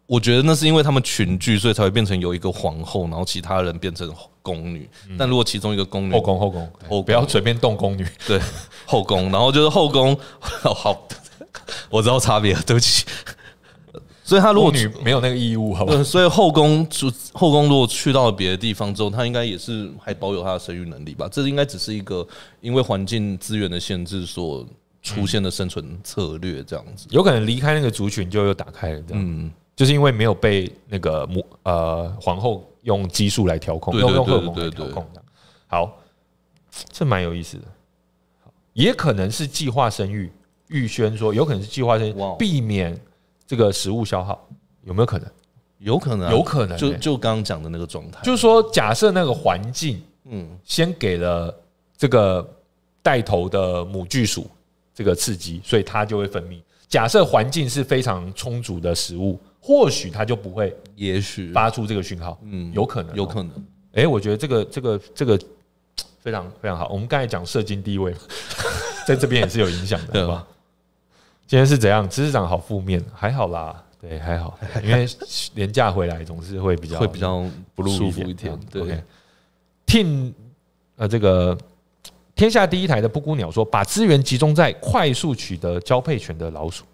S2: 我觉得那是因为他们群居，所以才会变成有一个皇后，然后其他人变成宫女。但如果其中一个宫女
S1: 嗯后宫后宫，
S2: 嗯宫
S1: 不要随便动宫女。
S2: 对后宫，然后就是后宫， 好，我知道差别了，对不起。所以他如果嗯
S1: 宫女没有那个义务，好吧？
S2: 对，呃所以后宫就后宫如果去到别的地方之后，她应该也是还保有她的生育能力吧？这应该只是一个因为环境资源的限制所出现的生存策略这样子。嗯
S1: 有可能离开那个族群就又打开了，这样，就是因为没有被那个母呃皇后用激素来调控，
S2: 对
S1: 用
S2: 对
S1: 用荷
S2: 对
S1: 尔蒙来
S2: 对
S1: 调
S2: 对
S1: 控的。好，这蛮有意思的。也可能是计划生育，预宣说有可能是计划生育
S2: 哇哦，
S1: 避免这个食物消耗，有没有可能？
S2: 有可能啊、
S1: 有可能
S2: 就
S1: 欸
S2: 就刚刚讲的那个状态，
S1: 就是说，假设那个环境
S2: 嗯，
S1: 先给了这个带头的母巨鼠这个刺激，所以它就会分泌。假设环境是非常充足的食物，或许它就不会
S2: 也许
S1: 发出这个讯号，
S2: 嗯
S1: 有可能哦
S2: 有可能，
S1: 哎、我觉得这个这个这个非常非常好。我们刚才讲社经地位嘛， 在这边也是有影响的，
S2: 对啊
S1: 好吧？今天是怎样？知识长好负面，还好啦，对，还 好，因为廉价回来总是会比较
S2: 会比较
S1: 不
S2: 舒服一点。对
S1: o k t e a m 呃，这个天下第一台的布谷鸟说，把资源集中在快速取得交配权的老鼠，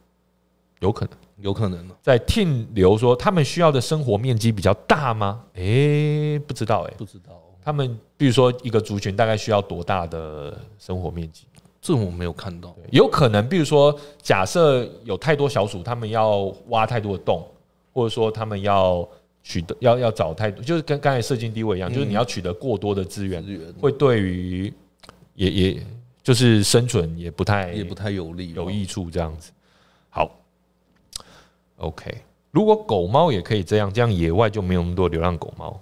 S1: 有可能。
S2: 有可能哦
S1: 在 Tin 流说，他们需要的生活面积比较大吗？诶、不知道诶、
S2: 不知道，
S1: 他们比如说一个族群大概需要多大的生活面积？
S2: 这我没有看到。
S1: 有可能，比如说假设有太多小鼠，他们要挖太多的洞，或者说他们要取得要要找太多，就是跟刚才社经地位一样，就是你要取得过多的资源，
S2: 资源
S1: 会对于也也就是生存也不太
S2: 也不太有利，
S1: 有益处这样子。好，OK。如果狗猫也可以这样，这样野外就没有那么多流浪狗猫。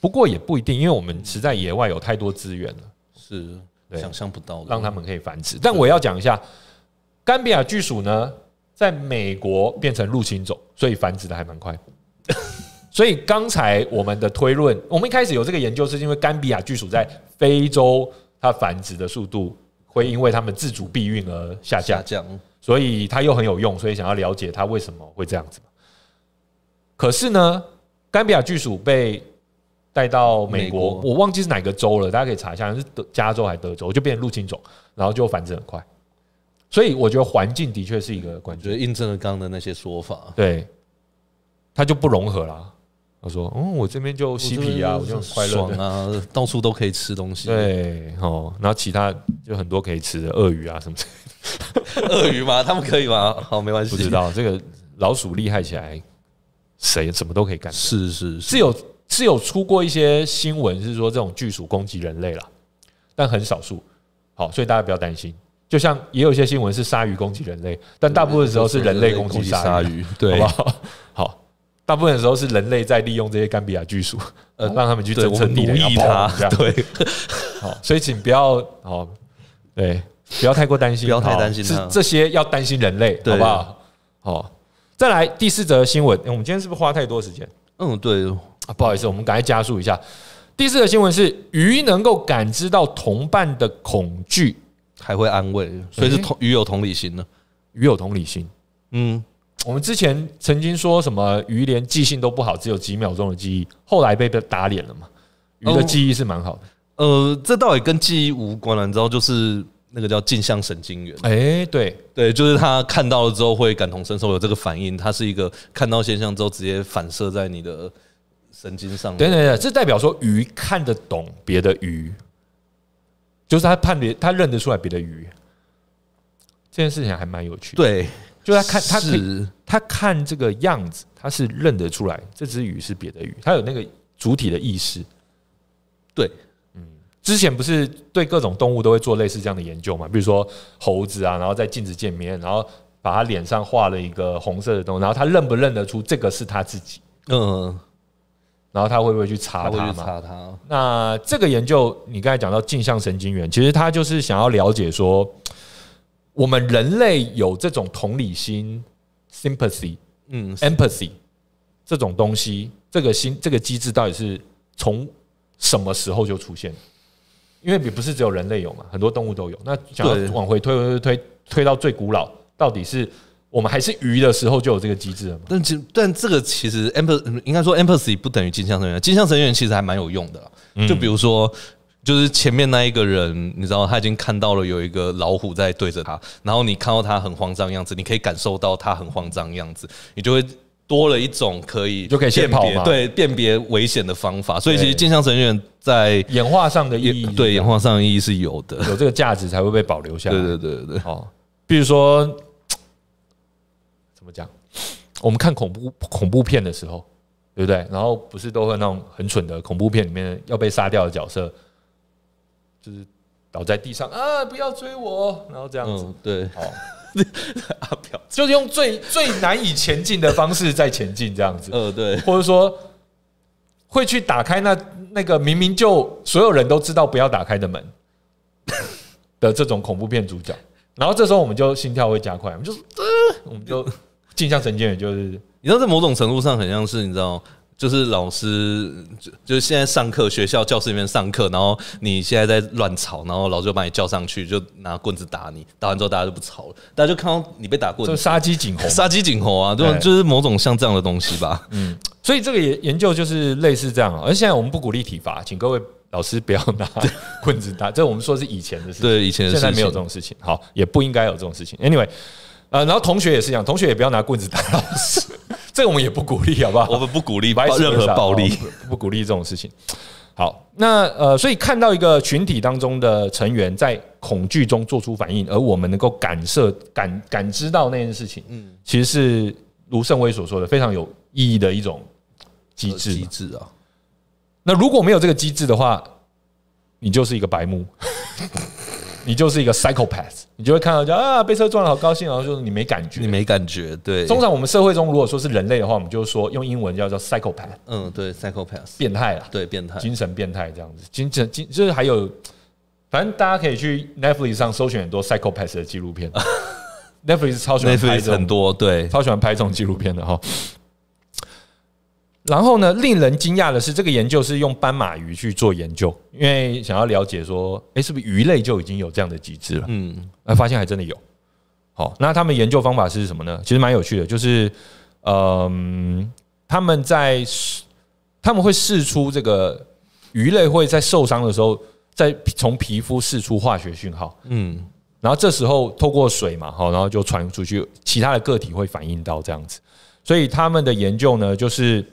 S1: 不过也不一定，因为我们实在野外有太多资源了，
S2: 是
S1: 对
S2: 想象不到的。
S1: 让它们可以繁殖。但我要讲一下，甘比亚巨鼠呢，在美国变成入侵种，所以繁殖的还蛮快。 所以刚才我们的推论，我们一开始有这个研究，是因为甘比亚巨鼠在非洲它繁殖的速度会因为它们自主避孕而下降
S2: 下。降，
S1: 所以它又很有用，所以想要了解它为什么会这样子嘛。可是呢，甘比亚巨鼠被带到美国，
S2: 美
S1: 我忘记是哪个州了，大家可以查一下，是德加州还是德州，就变成入侵种，然后就繁殖很快。所以我觉得环境的确是一个关
S2: 我
S1: 键
S2: 觉，得印证了刚刚的那些说法。
S1: 对，它就不融合啦。他说：“嗯，我这边就嬉皮啊，我就很快乐
S2: 爽
S1: 的。
S2: 啊，到处都可以吃东西。，
S1: 对，哦，然后其他就很多可以吃的，鳄鱼啊什么之类的
S2: 鳄鱼吗？他们可以吗？好，没关系。
S1: 不知，道这个老鼠厉害起来，谁什么都可以干。
S2: 是是
S1: 是有是有出过一些新闻，是说这种巨鼠攻击人类了，但很少数。好，所以大家不要担心。就像也有一些新闻是鲨鱼攻击人类，但大部分时候是人类攻击鲨鱼，
S2: 鱼，
S1: 好
S2: 对
S1: 不，好？好，大部分时候是人类在利用这些甘比亚巨鼠，呃，让他们去
S2: 哦对，
S1: 争
S2: 我
S1: 争
S2: 们
S1: 地
S2: 奴
S1: 雷，
S2: 役
S1: 然后砰
S2: 它
S1: 这，样
S2: 对，
S1: 好，所以请不要好，对，不要太过担心，
S2: 不要太
S1: 好
S2: 担心
S1: 是
S2: 它
S1: 这些要担心人类，
S2: 对
S1: 好不好？好，再来第四则新闻，诶我们今天是不是花太多时间？
S2: 嗯，对，
S1: 啊，不好意思，我们赶快加速一下。第四个新闻是鱼能够感知到同伴的恐惧，
S2: 还会安慰，所以是
S1: 诶
S2: 同鱼有同理心呢。
S1: 鱼有同理心。
S2: 嗯，
S1: 我们之前曾经说什么鱼连记性都不好，只有几秒钟的记忆，后来被被打脸了嘛？鱼的记忆是蛮好的。
S2: 呃，这倒也跟记忆无关了，你知道，就是那个叫镜像神经元。
S1: 哎、对，
S2: 对，就是他看到了之后会感同身受，有这个反应。它是一个看到现象之后直接反射在你的神经上面。
S1: 等等等，这代表说鱼看得懂别的鱼，就是它判别，它认得出来别的鱼。这件事情还蛮有趣的，
S2: 对，
S1: 就是它看它可以
S2: 是
S1: 他看这个样子，他是认得出来这只鱼是别的鱼，他有那个主体的意识。嗯
S2: 对，
S1: 之前不是对各种动物都会做类似这样的研究嘛？比如说猴子啊，然后在镜子见面，然后把它脸上画了一个红色的东西，然后它认不认得出这个是他自己，
S2: 嗯，
S1: 然后它会不会去
S2: 他
S1: 查
S2: 会
S1: 它
S2: 去
S1: 嘛？
S2: 查它。
S1: 那这个研究，你刚才讲到镜像神经元，其实它就是想要了解说，我们人类有这种同理心 sympathy、
S2: 嗯
S1: empathy 这种东西，这个心这个机制到底是从什么时候就出现的？因为也不是只有人类有嘛，很多动物都有。那想
S2: 对
S1: 要往回推推推推推到最古老，到底是我们还是鱼的时候就有这个机制了吗？
S2: 但其但这个其实 empathy 应该说 empathy 不等于镜像神员，镜像神员其实还蛮有用的啦、
S1: 嗯
S2: 就比如说。就是前面那一个人，你知道他已经看到了有一个老虎在对着他，然后你看到他很慌张样子，你可以感受到他很慌张样子，你就会多了一种可以
S1: 就可以先
S2: 辨别
S1: 跑嘛
S2: 对辨别危险的方法。所以其实
S1: 对
S2: 镜像神员在
S1: 演化上的意啊义
S2: 演，对演化上的意义是有的。
S1: 有这个价值才会被保留下来。
S2: 对对对对，
S1: 哦，比如说怎么讲，我们看恐怖恐怖片的时候，对不对？然后不是都会那种很蠢的恐怖片里面要被杀掉的角色，就是倒在地上啊，不要追我，然后这样子，
S2: 嗯对，
S1: 哦，
S2: 阿表，
S1: 就是用最最难以前进的方式在前进，这样子，
S2: 呃对，
S1: 或者说会去打开那那个明明就所有人都知道不要打开 的门的这种恐怖片主角，然后这时候我们就心跳会加快，我们就是、呃、我们就镜像神经元就是
S2: 你知道，在某种程度上，很像是你知道，就是老师就就是现在上课，学校教室里面上课，然后你现在在乱吵，然后老师就把你叫上去，就拿棍子打你，打完之后大家就不吵了，大家就看到你被打棍
S1: 就是
S2: 子，
S1: 杀鸡儆猴嘛，
S2: 杀鸡儆猴啊，对吧，
S1: 哎
S2: 就是某种像这样的东西吧。
S1: 嗯所以这个研研究就是类似这样啊。而现在我们不鼓励体罚，请各位老师不要拿棍子 打，这我们说是以前的事情。
S2: 对以前的
S1: 现在
S2: 事
S1: 没有这
S2: 情
S1: 种事情，好，也不应该有这种事情。Anyway，呃，然后同学也是一样，同学也不要拿棍子打老 师，这个我们也不鼓励，好不好？
S2: 我们不鼓励
S1: 白
S2: 任何暴力，
S1: 哦不不不鼓励这种事情。好，那呃，所以看到一个群体当中的成员在恐惧中做出反应，而我们能够感受、感感知到那件事情，嗯，其实是卢胜威所说的非常有意义的一种机制
S2: 机
S1: 嘛。
S2: 制啊，
S1: 那如果没有这个机制的话，你就是一个白目， 你就是一个 psychopath，你就会看到就啊被车撞了好高兴，然后就是你没感觉
S2: 你。没感觉对，
S1: 通常我们社会中如果说是人类的话，我们就说用英文叫做 psychopath，
S2: 嗯对，psychopath，
S1: 变态啦。
S2: 对变 态，
S1: 精神变态这样子，精神精就是还有，反正大家可以去 Netflix 上搜寻很多 psychopath 的纪录片，Netflix 超喜
S2: 那
S1: 欢拍
S2: 非
S1: 这
S2: 很
S1: 种，
S2: 多对，
S1: 超喜欢拍这种纪录片的哈。然后呢，令人惊讶的是，这个研究是用斑马鱼去做研究，因为想要了解说，诶，是不是鱼类就已经有这样的机制了？
S2: 嗯
S1: 呃，发现还真的有。好，那他们研究方法是什么呢？其实蛮有趣的，就是，嗯，他们在试他们会试出这个鱼类会在受伤的时候，在从皮肤试出化学讯号，
S2: 嗯，
S1: 然后这时候透过水嘛，好，然后就传出去，其他的个体会反应到这样子。所以他们的研究呢，就是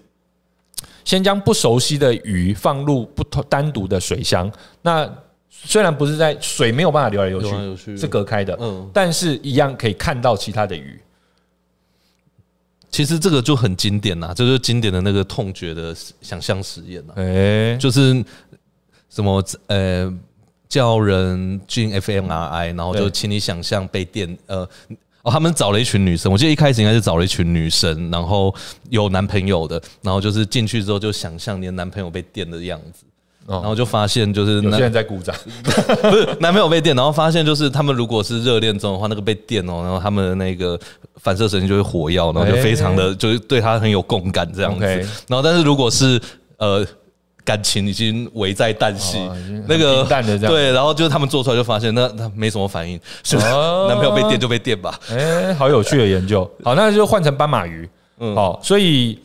S1: 先将不熟悉的鱼放入不同单独的水箱，那虽然不是在水没有办法流来流去
S2: 有啊有去，
S1: 是隔开的，
S2: 嗯，
S1: 但是一样可以看到其他的鱼。
S2: 其实这个就很经典呐，这就是经典的那个痛觉的想象实验呐。
S1: 哎、
S2: 就是什么呃，叫人进 fMRI，然后就
S1: 对
S2: 请你想象被电呃。哦，他们找了一群女生，我记得一开始应该是找了一群女生，然后有男朋友的，然后就是进去之后就想象你的男朋友被电的样子，
S1: 哦
S2: 然后就发现就是
S1: 有
S2: 男
S1: 些人在鼓掌，
S2: 不是男朋友被电，然后发现就是他们如果是热恋中的话，那个被电哦，然后他们的那个反射神经就会火药，然后就非常的就是对他很有共感这样子
S1: OK。
S2: 然后但是如果是呃感情已经危在旦夕
S1: 哦已经，很
S2: 那个
S1: 平淡的这样
S2: 对，然后就是他们做出来就发现那那没什么反应，是吧
S1: 哦
S2: 男朋友被电就被电吧，
S1: 哎、好有趣的研究。 好，那就换成斑马鱼。
S2: 嗯
S1: 好，所以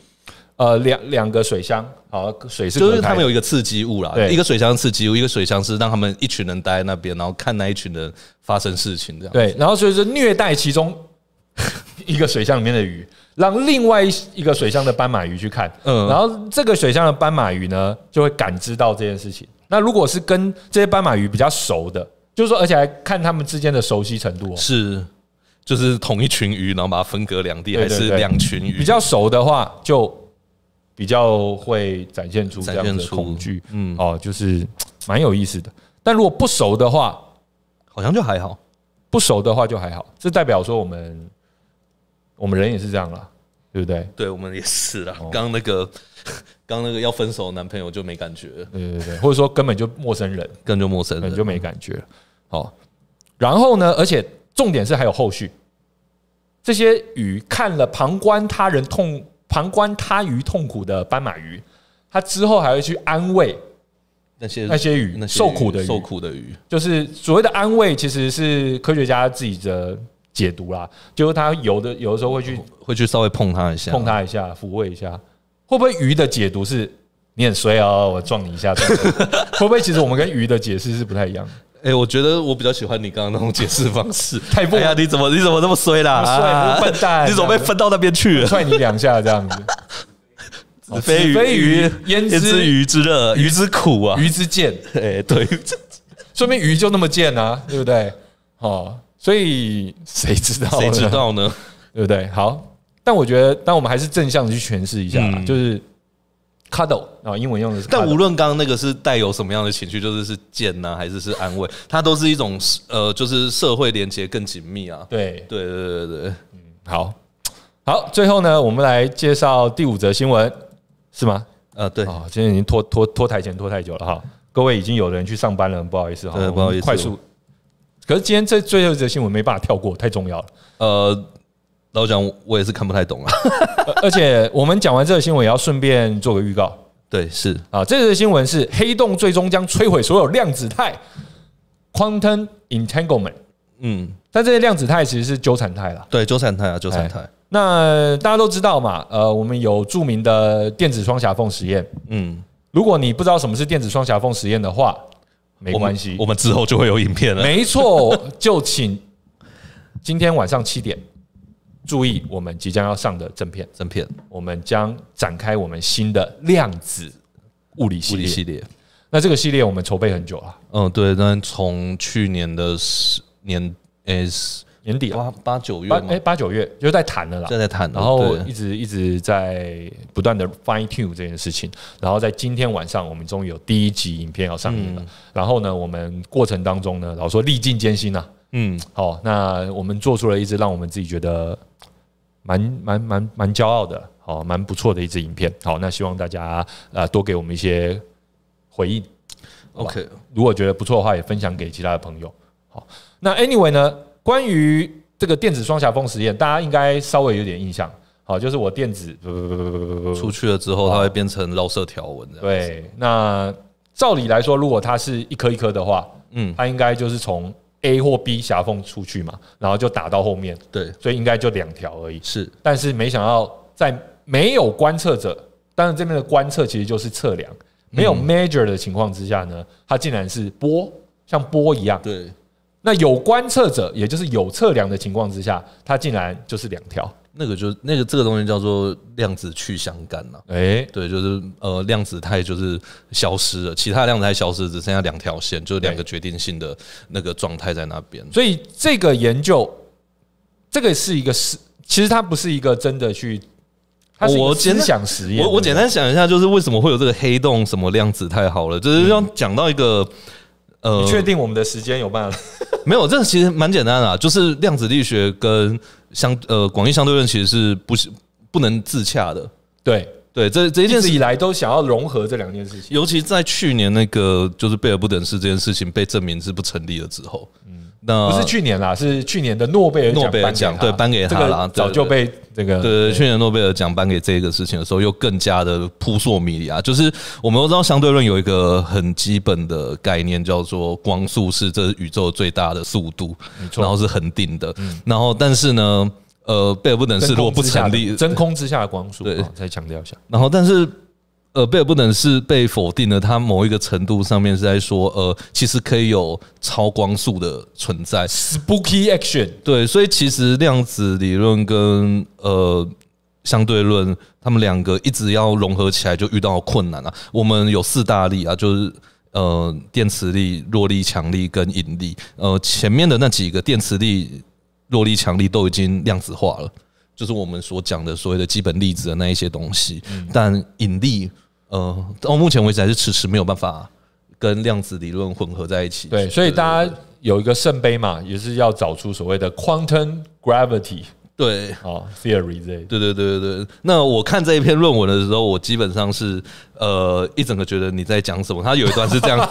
S1: 呃，两两个水箱，好，水是
S2: 就是
S1: 隔开
S2: 他们
S1: 的
S2: 有一个刺激物啦，
S1: 对
S2: 一个水箱刺激物，一个水箱是让他们一群人待在那边，然后看那一群人发生事情这样。
S1: 对，然后所以是虐待其中 一个水箱里面的鱼，让另外一个水箱的斑马鱼去看，嗯，
S2: 嗯
S1: 然后这个水箱的斑马鱼呢就会感知到这件事情。那如果是跟这些斑马鱼比较熟的，就是说，而且还看他们之间的熟悉程度哦，
S2: 是，就是同一群鱼，然后把它分隔两地，
S1: 对
S2: 还
S1: 对
S2: 是
S1: 对
S2: 两群鱼？
S1: 比较熟的话，就比较会展现出这样
S2: 展
S1: 子
S2: 现
S1: 的
S2: 出
S1: 恐惧，
S2: 嗯
S1: 嗯，哦，就是蛮有意思的。但如果不熟的话，
S2: 好像就还好。
S1: 不熟的话就还好，这代表说我们我们人也是这样啦，对不对？
S2: 对我们也是
S1: 哦
S2: 啦，刚刚那个， 刚刚那个要分手的男朋友就没感觉，
S1: 对 对对，或者说根本就陌生人，
S2: 更就陌生
S1: 可
S2: 人
S1: 能哦就没感觉了。好，然后呢，而且重点是还有后续，这些鱼看了旁观他人痛、旁观他鱼痛苦的斑马鱼，他之后还会去安慰
S2: 那些
S1: 那些鱼
S2: 那些
S1: 受苦的鱼
S2: 受苦的鱼，
S1: 就是所谓的安慰，其实是科学家自己的解读啦。就是他有的有的时候会去
S2: 会去稍微碰它一下，
S1: 碰它一
S2: 哦
S1: 下，抚慰一下。会不会鱼的解读是你很衰哦，我撞你一下？撞你 会不会其实我们跟鱼的解释是不太一样的？
S2: 哎、我觉得我比较喜欢你刚刚那种解释方式，
S1: 太不
S2: 哎呀，你怎么你怎么那么衰啦？
S1: 那么衰
S2: 啊
S1: 你是笨蛋
S2: 你怎么被分到那边去了？
S1: 踹你两下这样子。哦
S2: 飞鱼、
S1: 子非鱼焉
S2: 焉
S1: 知
S2: 知鱼之乐，鱼之苦啊！
S1: 鱼之贱，
S2: 哎、对，
S1: 说明鱼就那么贱啊，对不对？哦，所以谁知道？
S2: 谁知？道呢？
S1: 对不对？好，但我觉得，但我们还是正向的去诠释一下啦，就是 cuddle 啊、英文用的是 cuddle。
S2: 嗯但无论刚刚那个是带有什么样的情绪，就是是贱呐、还是是安慰，它都是一种呃，就是社会连接更紧密啊。
S1: 对
S2: 对对对对对，
S1: 好好，最后呢，我们来介绍第五则新闻，是吗？
S2: 啊对，
S1: 哦，今天已经拖拖拖台前拖太久了哈，各位已经有人去上班了，不好意思哈，
S2: 对
S1: 我们
S2: 不好意思
S1: 快速。可是今天这最后一则新闻没办法跳过，太重要了。
S2: 呃，老实讲我也是看不太懂啊。
S1: 呃而且我们讲完这个新闻，也要顺便做个预告
S2: 对，是
S1: 啊。这则新闻是黑洞最终将摧毁所有量子态 （quantum entanglement），
S2: 嗯，
S1: 但这些量子态其实是纠缠态啦。
S2: 对，纠缠态啊，纠缠态，
S1: 那大家都知道嘛，呃，我们有著名的电子双狭缝实验。
S2: 嗯，
S1: 如果你不知道什么是电子双狭缝实验的话，没
S2: 我们
S1: 关系
S2: 我，们之后就会有影片了。
S1: 没错，就请今天晚上七点注意我们即将要上的正片，
S2: 正片
S1: 我们将展开我们新的量子物理系
S2: 物理
S1: 列。
S2: 系列，
S1: 那这个系列我们筹备很久了，
S2: 嗯，对，那从去年的十年，诶、是
S1: 年底了，
S2: 八八九月
S1: 八
S2: 嘛，
S1: 哎八九月就在谈了啦。
S2: 正在谈，
S1: 然后
S2: 对
S1: 一直一直在不断的 fine tune 这件事情，然后在今天晚上，我们终于有第一集影片要上
S2: 嗯
S1: 映了。然后呢，我们过程当中呢，老实说历尽艰辛呐、啊
S2: 嗯，
S1: 好，那我们做出了一支让我们自己觉得蛮蛮蛮蛮骄傲的，好，蛮不错的一支影片。好，那希望大家呃多给我们一些回应，
S2: OK，
S1: 如果觉得不错的话，也分享给其他的朋友。好，那 anyway 呢，关于这个电子双狭缝实验，大家应该稍微有点印象。好，就是我电子不不不不不不不
S2: 出去了之后，它会变成绕射条纹的。
S1: 对，那照理来说，如果它是一颗一颗的话，
S2: 嗯，
S1: 它应该就是从 A 或 B 狭缝出去嘛，然后就打到后面，
S2: 对，
S1: 所以应该就两条而已。
S2: 是，
S1: 但是没想到在没有观测者，当然这边的观测其实就是测量，没
S2: 嗯
S1: 有 measure 的情况之下呢，它竟然是波，像波一样。
S2: 对。
S1: 那有观测者，也就是有测量的情况之下，它竟然就是两条。
S2: 那个就那个这个东西叫做量子去相干呐、
S1: 哎、
S2: 对，就是呃量子态就是消失了，其他量子态消失，只剩下两条线，就是两个决定性的那个状态在那边。
S1: 所以这个研究，这个是一个实，其实它不是一个真的去，它是一
S2: 哦我
S1: 个
S2: 简
S1: 思
S2: 单
S1: 想实验。
S2: 我我简单想一下，就是为什么会有这个黑洞什么量子态好了，就是要讲到一个。呃
S1: 你，确定我们的时间有办法？
S2: 没有，这个其实蛮简单的、啊，就是量子力学跟相呃广义相对论其实是不是不能自洽的。
S1: 对，
S2: 对，这这 一
S1: 一
S2: 件事
S1: 直以来都想要融合这两件事情。
S2: 尤其在去年那个就是贝尔不等式这件事情被证明是不成立了之后，那
S1: 不是去年啦，是去年的诺贝尔
S2: 呃诺贝尔奖
S1: 颁给他
S2: 对颁给
S1: 这
S2: 他
S1: 个
S2: 啦对
S1: 早就被这个
S2: 对去年诺贝尔奖颁给这个事情的时候，又更加的扑朔迷离啊！就是我们都知道相对论有一个很基本的概念，叫做光速是这宇宙最大的速度，然后是恒定的。然后但是呢，呃，贝尔不等
S1: 嗯真空之下的
S2: 式如果不成立，
S1: 真空之下的光速，
S2: 对
S1: 哦再强调一下，
S2: 然后但是。呃，贝尔不等式被否定了，它某一个程度上面是在说，呃，其实可以有超光速的存在，
S1: Spooky action，
S2: 对，所以其实量子理论跟呃相对论，他们两个一直要融合起来，就遇到困难啊。我们有四大力啊，就是。呃，电磁力、弱力、强力跟引力，呃，前面的那几个电磁力、弱力、强力都已经量子化了，就是我们所讲的所谓的基本粒子的那一些东西。但引力，呃，到目前为止还是迟迟没有办法跟量子理论混合在一起。
S1: 对，所以大家有一个圣杯嘛，也是要找出所谓的 quantum gravity，
S2: 对，
S1: 哦，theory 之类的。
S2: 对对对对对。那我看这一篇论文的时候，我基本上是呃一整个觉得你在讲什么。他有一段是这 样，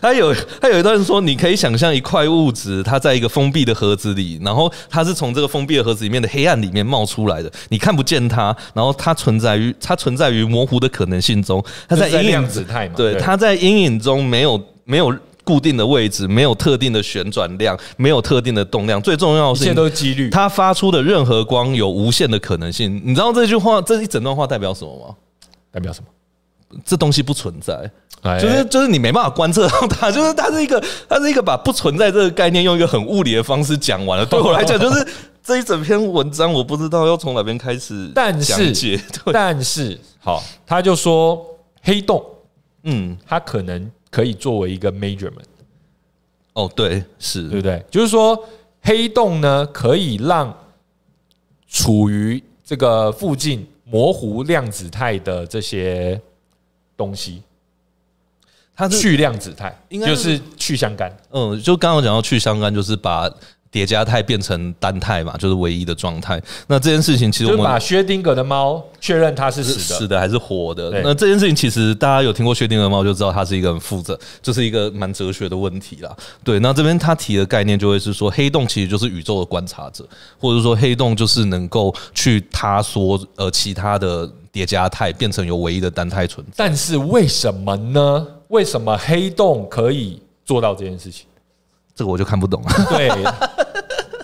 S2: 他有他有一段是说，你可以想象一块物质，它在一个封闭的盒子里，然后它是从这个封闭的盒子里面的黑暗里面冒出来的，你看不见它，然后它存在于它存在于模糊的可能性中，它
S1: 就是在
S2: 阴
S1: 量
S2: 影
S1: 子态嘛
S2: 对，
S1: 对
S2: 它在阴影中没有没有。固定的位置，没有特定的旋转量，没有特定的动量，最重要的
S1: 一
S2: 是
S1: 切都是几率，
S2: 它发出的任何光有无限的可能性。你知道这句话这一整段话代表什么吗？
S1: 代表什么？
S2: 这东西不存在，
S1: 哎
S2: 就是就是你没办法观测到它，就是它是一个它是一个把不存在这个概念用一个很物理的方式讲完了。对我来讲，就是这一整篇文章我不知道要从哪边开始
S1: 但是
S2: 讲解。对，
S1: 但是好，他就说黑洞
S2: 嗯，
S1: 它可能可以作为一个 measurement，
S2: 哦，对，
S1: 对不
S2: 是，
S1: 对？就是说黑洞呢可以让处于这个附近模糊量子态的这些东西
S2: 它是
S1: 去量子态，
S2: 应该
S1: 就是是去相干。
S2: 嗯，就刚刚讲到去相干，就是把叠加态变成单态嘛，就是唯一的状态。那这件事情其实
S1: 就
S2: 我
S1: 是
S2: 们
S1: 把薛定谔的猫确认它是
S2: 是
S1: 死的，
S2: 的还是活的
S1: 对？
S2: 那这件事情其实大家有听过薛定谔猫就知道，它是一个很负责，这是一个蛮哲学的问题啦。对，那这边他提的概念就会是说，黑洞其实就是宇宙的观察者，或者说黑洞就是能够去塌缩呃其他的叠加态，变成有唯一的单态存在。
S1: 但是为什么呢？为什么黑洞可以做到这件 事情？
S2: 这个我就看不懂了。
S1: 对，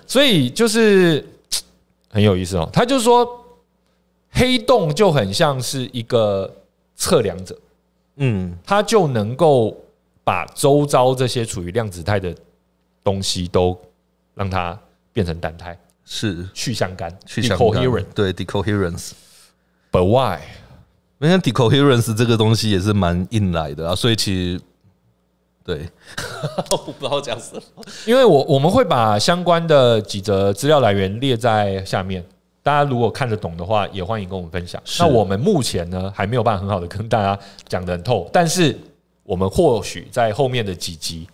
S1: 所以就是很有意思哦。他就说，黑洞就很像是一个测量者，
S2: 嗯，
S1: 他就能够把周遭这些处于量子态的东西都让它变成单态，
S2: 是
S1: 去相干，
S2: 去相干
S1: decoherent。
S2: 对 decoherence。
S1: But why？
S2: 因为 decoherence 这个东西也是蛮硬来的啊，所以其实对， 我不知道讲什么。
S1: 因为我我们会把相关的几则资料来源列在下面。大家如果看得懂的话，也欢迎跟我们分享。
S2: 是
S1: 那我们目前呢还没有办法很好的跟大家讲得很透，但是我们或许在后面的几集，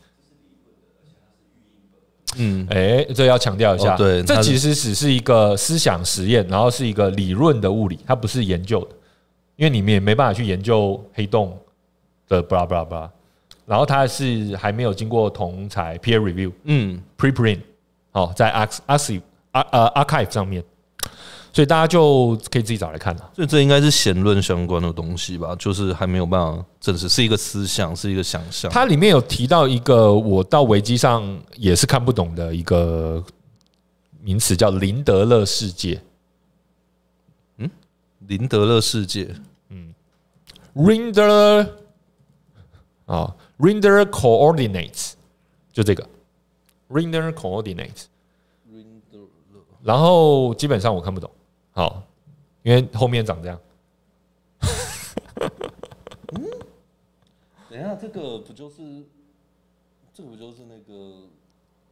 S2: 嗯，
S1: 哎、这要强调一下，
S2: 哦对
S1: 这
S2: 它是
S1: 其实只是一个思想实验，然后是一个理论的物理，它不是研究的，因为你们也没办法去研究黑洞的 blah blah blah，然后它是还没有经过同才 peer review，
S2: 嗯。
S1: preprint 哦，在 arch arch 啊呃 archive 上面，所以大家就可以自己找来看了。
S2: 所以这应该是弦论相关的东西吧，就是还没有办法证实，是一个思想，是一个想象。
S1: 它里面有提到一个我到维基上也是看不懂的一个名词，叫林德勒世界
S2: 林德勒世界
S1: （Rinder） 啊、r i n d e r coordinates 就这个 Rinder coordinates。然后基本上我看不懂，好，因为后面长这样。
S2: 等一下，这个不就是这个不就是那个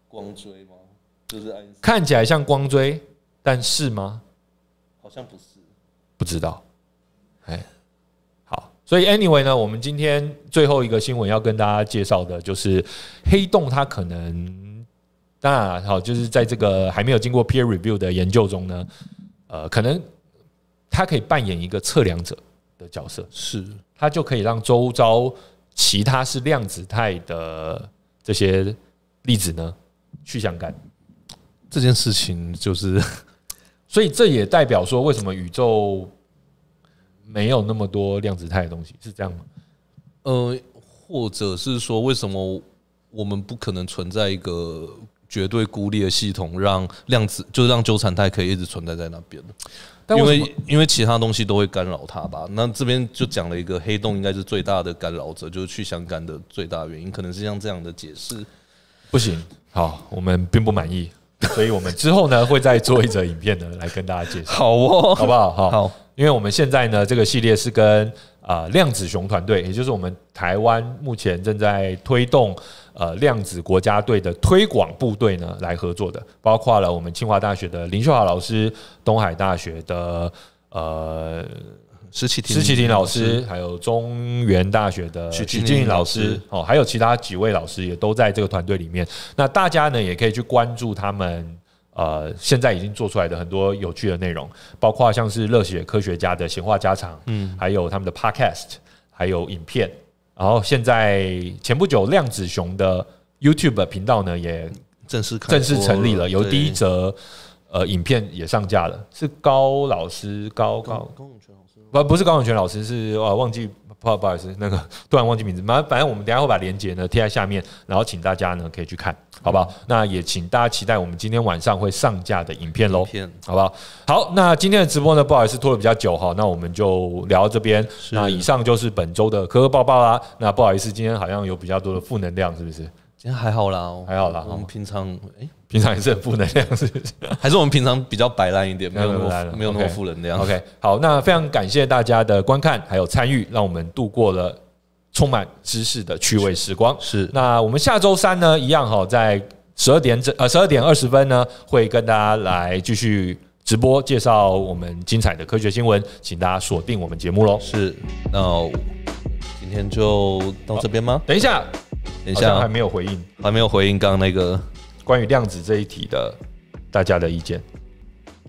S2: 光锥吗？就是爱因斯，
S1: 看起来像光锥，但是吗？
S2: 好像不是。
S1: 不知道。哎，好，所以 anyway 呢，我们今天最后一个新闻要跟大家介绍的就是黑洞，它可能当然啊好，就是在这个还没有经过 peer review 的研究中呢，呃，可能它可以扮演一个测量者的角色，
S2: 是，
S1: 它就可以让周遭其他是量子态的这些粒子呢去相干。
S2: 这件事情就是
S1: 所以这也代表说，为什么宇宙没有那么多量子态的东西？是这样吗？
S2: 呃，或者是说，为什么我们不可能存在一个绝对孤立的系统，让量子就是让纠缠态可以一直存在在那边？
S1: 但
S2: 因
S1: 为什么
S2: 为因为其他东西都会干扰它吧。那这边就讲了一个黑洞应该是最大的干扰者，就是去相干的最大原因，可能是像这样的解释。
S1: 不行？好，我们并不满意， 所以我们之后呢会再做一则影片呢来跟大家介 绍，
S2: 好哦，
S1: 好不好？好，
S2: 好，
S1: 因为我们现在呢这个系列是跟啊、呃量子熊团队，也就是我们台湾目前正在推动呃量子国家队的推广部队呢来合作的，包括了我们清华大学的林秀华老师，东海大学的呃
S2: 石启廷，
S1: 施启廷老师，，还有中原大学的
S2: 许
S1: 许
S2: 俊
S1: 俊
S2: 英
S1: 英老
S2: 老
S1: 师
S2: 师，
S1: 哦，还有其他几位老师也都在这个团队里面。那大家呢，也可以去关注他们呃现在已经做出来的很多有趣的内容，包括像是热血科学家的闲话家常，嗯，还有他们的 podcast，还有影片。然后现在前不久量子熊的 YouTube 频道呢也
S2: 正式开播
S1: 正式成立了，有第一
S2: 对
S1: 则呃影片也上架了，是高老师高高
S2: 高永泉老师
S1: 不不是高永泉老师，是呃忘记不不好意思，那个突然忘记名字。反反正我们等一下会把链接呢贴在下面，然后请大家呢可以去看，好不好？那也请大家期待我们今天晚上会上架的影片喽
S2: 影。片
S1: 好不好？好，那今天的直播呢，不好意思拖得比较久哈，那我们就聊到这边。那以上就是本周的科科报报啦。那不好意思，今天好像有比较多的负能量，是不是？
S2: 今天还好啦，哦
S1: 还好啦
S2: 我们平常哎、
S1: 平常也是很负能量，是不是？
S2: 还是我们平常比较摆烂一点，没有那
S1: 比较摆烂
S2: 么没有那么
S1: OK
S2: 负能量。
S1: OK，好，那非常感谢大家的观看还有参与，让我们度过了充满知识的趣味时光。
S2: 是
S1: 那我们下周三呢，一样哈，在十二点整呃十二点二十分呢，会跟大家来继续直播介绍我们精彩的科学新闻，请大家锁定我们节目喽。
S2: 是，那今天就到这边吗？
S1: 等一下，
S2: 等一
S1: 好像还
S2: 下啊
S1: 没有回应
S2: 还没有回应刚刚那个，
S1: 关于量子这一题的大家的意见，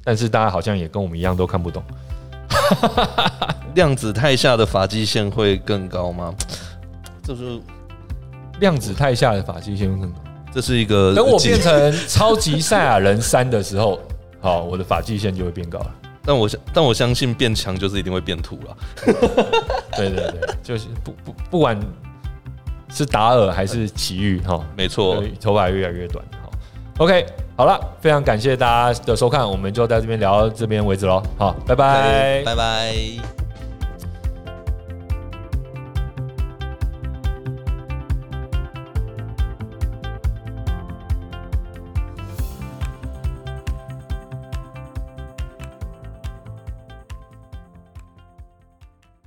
S1: 但是大家好像也跟我们一样都看不懂。
S2: 量子态下的发际线会更高吗？这是
S1: 量子态下的法器先生。
S2: 这是一个呃
S1: 等我
S2: 技
S1: 变，成超级赛亚人三的时候，好，我的发际线就会变高了。
S2: 但我相但我相信变强就是一定会变土了。
S1: 对对对，就是不不不管是达尔还是奇遇哈，
S2: 没错，
S1: 头发越来越短。好，OK，好了，非常感谢大家的收看，我们就在这边聊到这边为止喽。好，拜拜。
S2: 拜拜。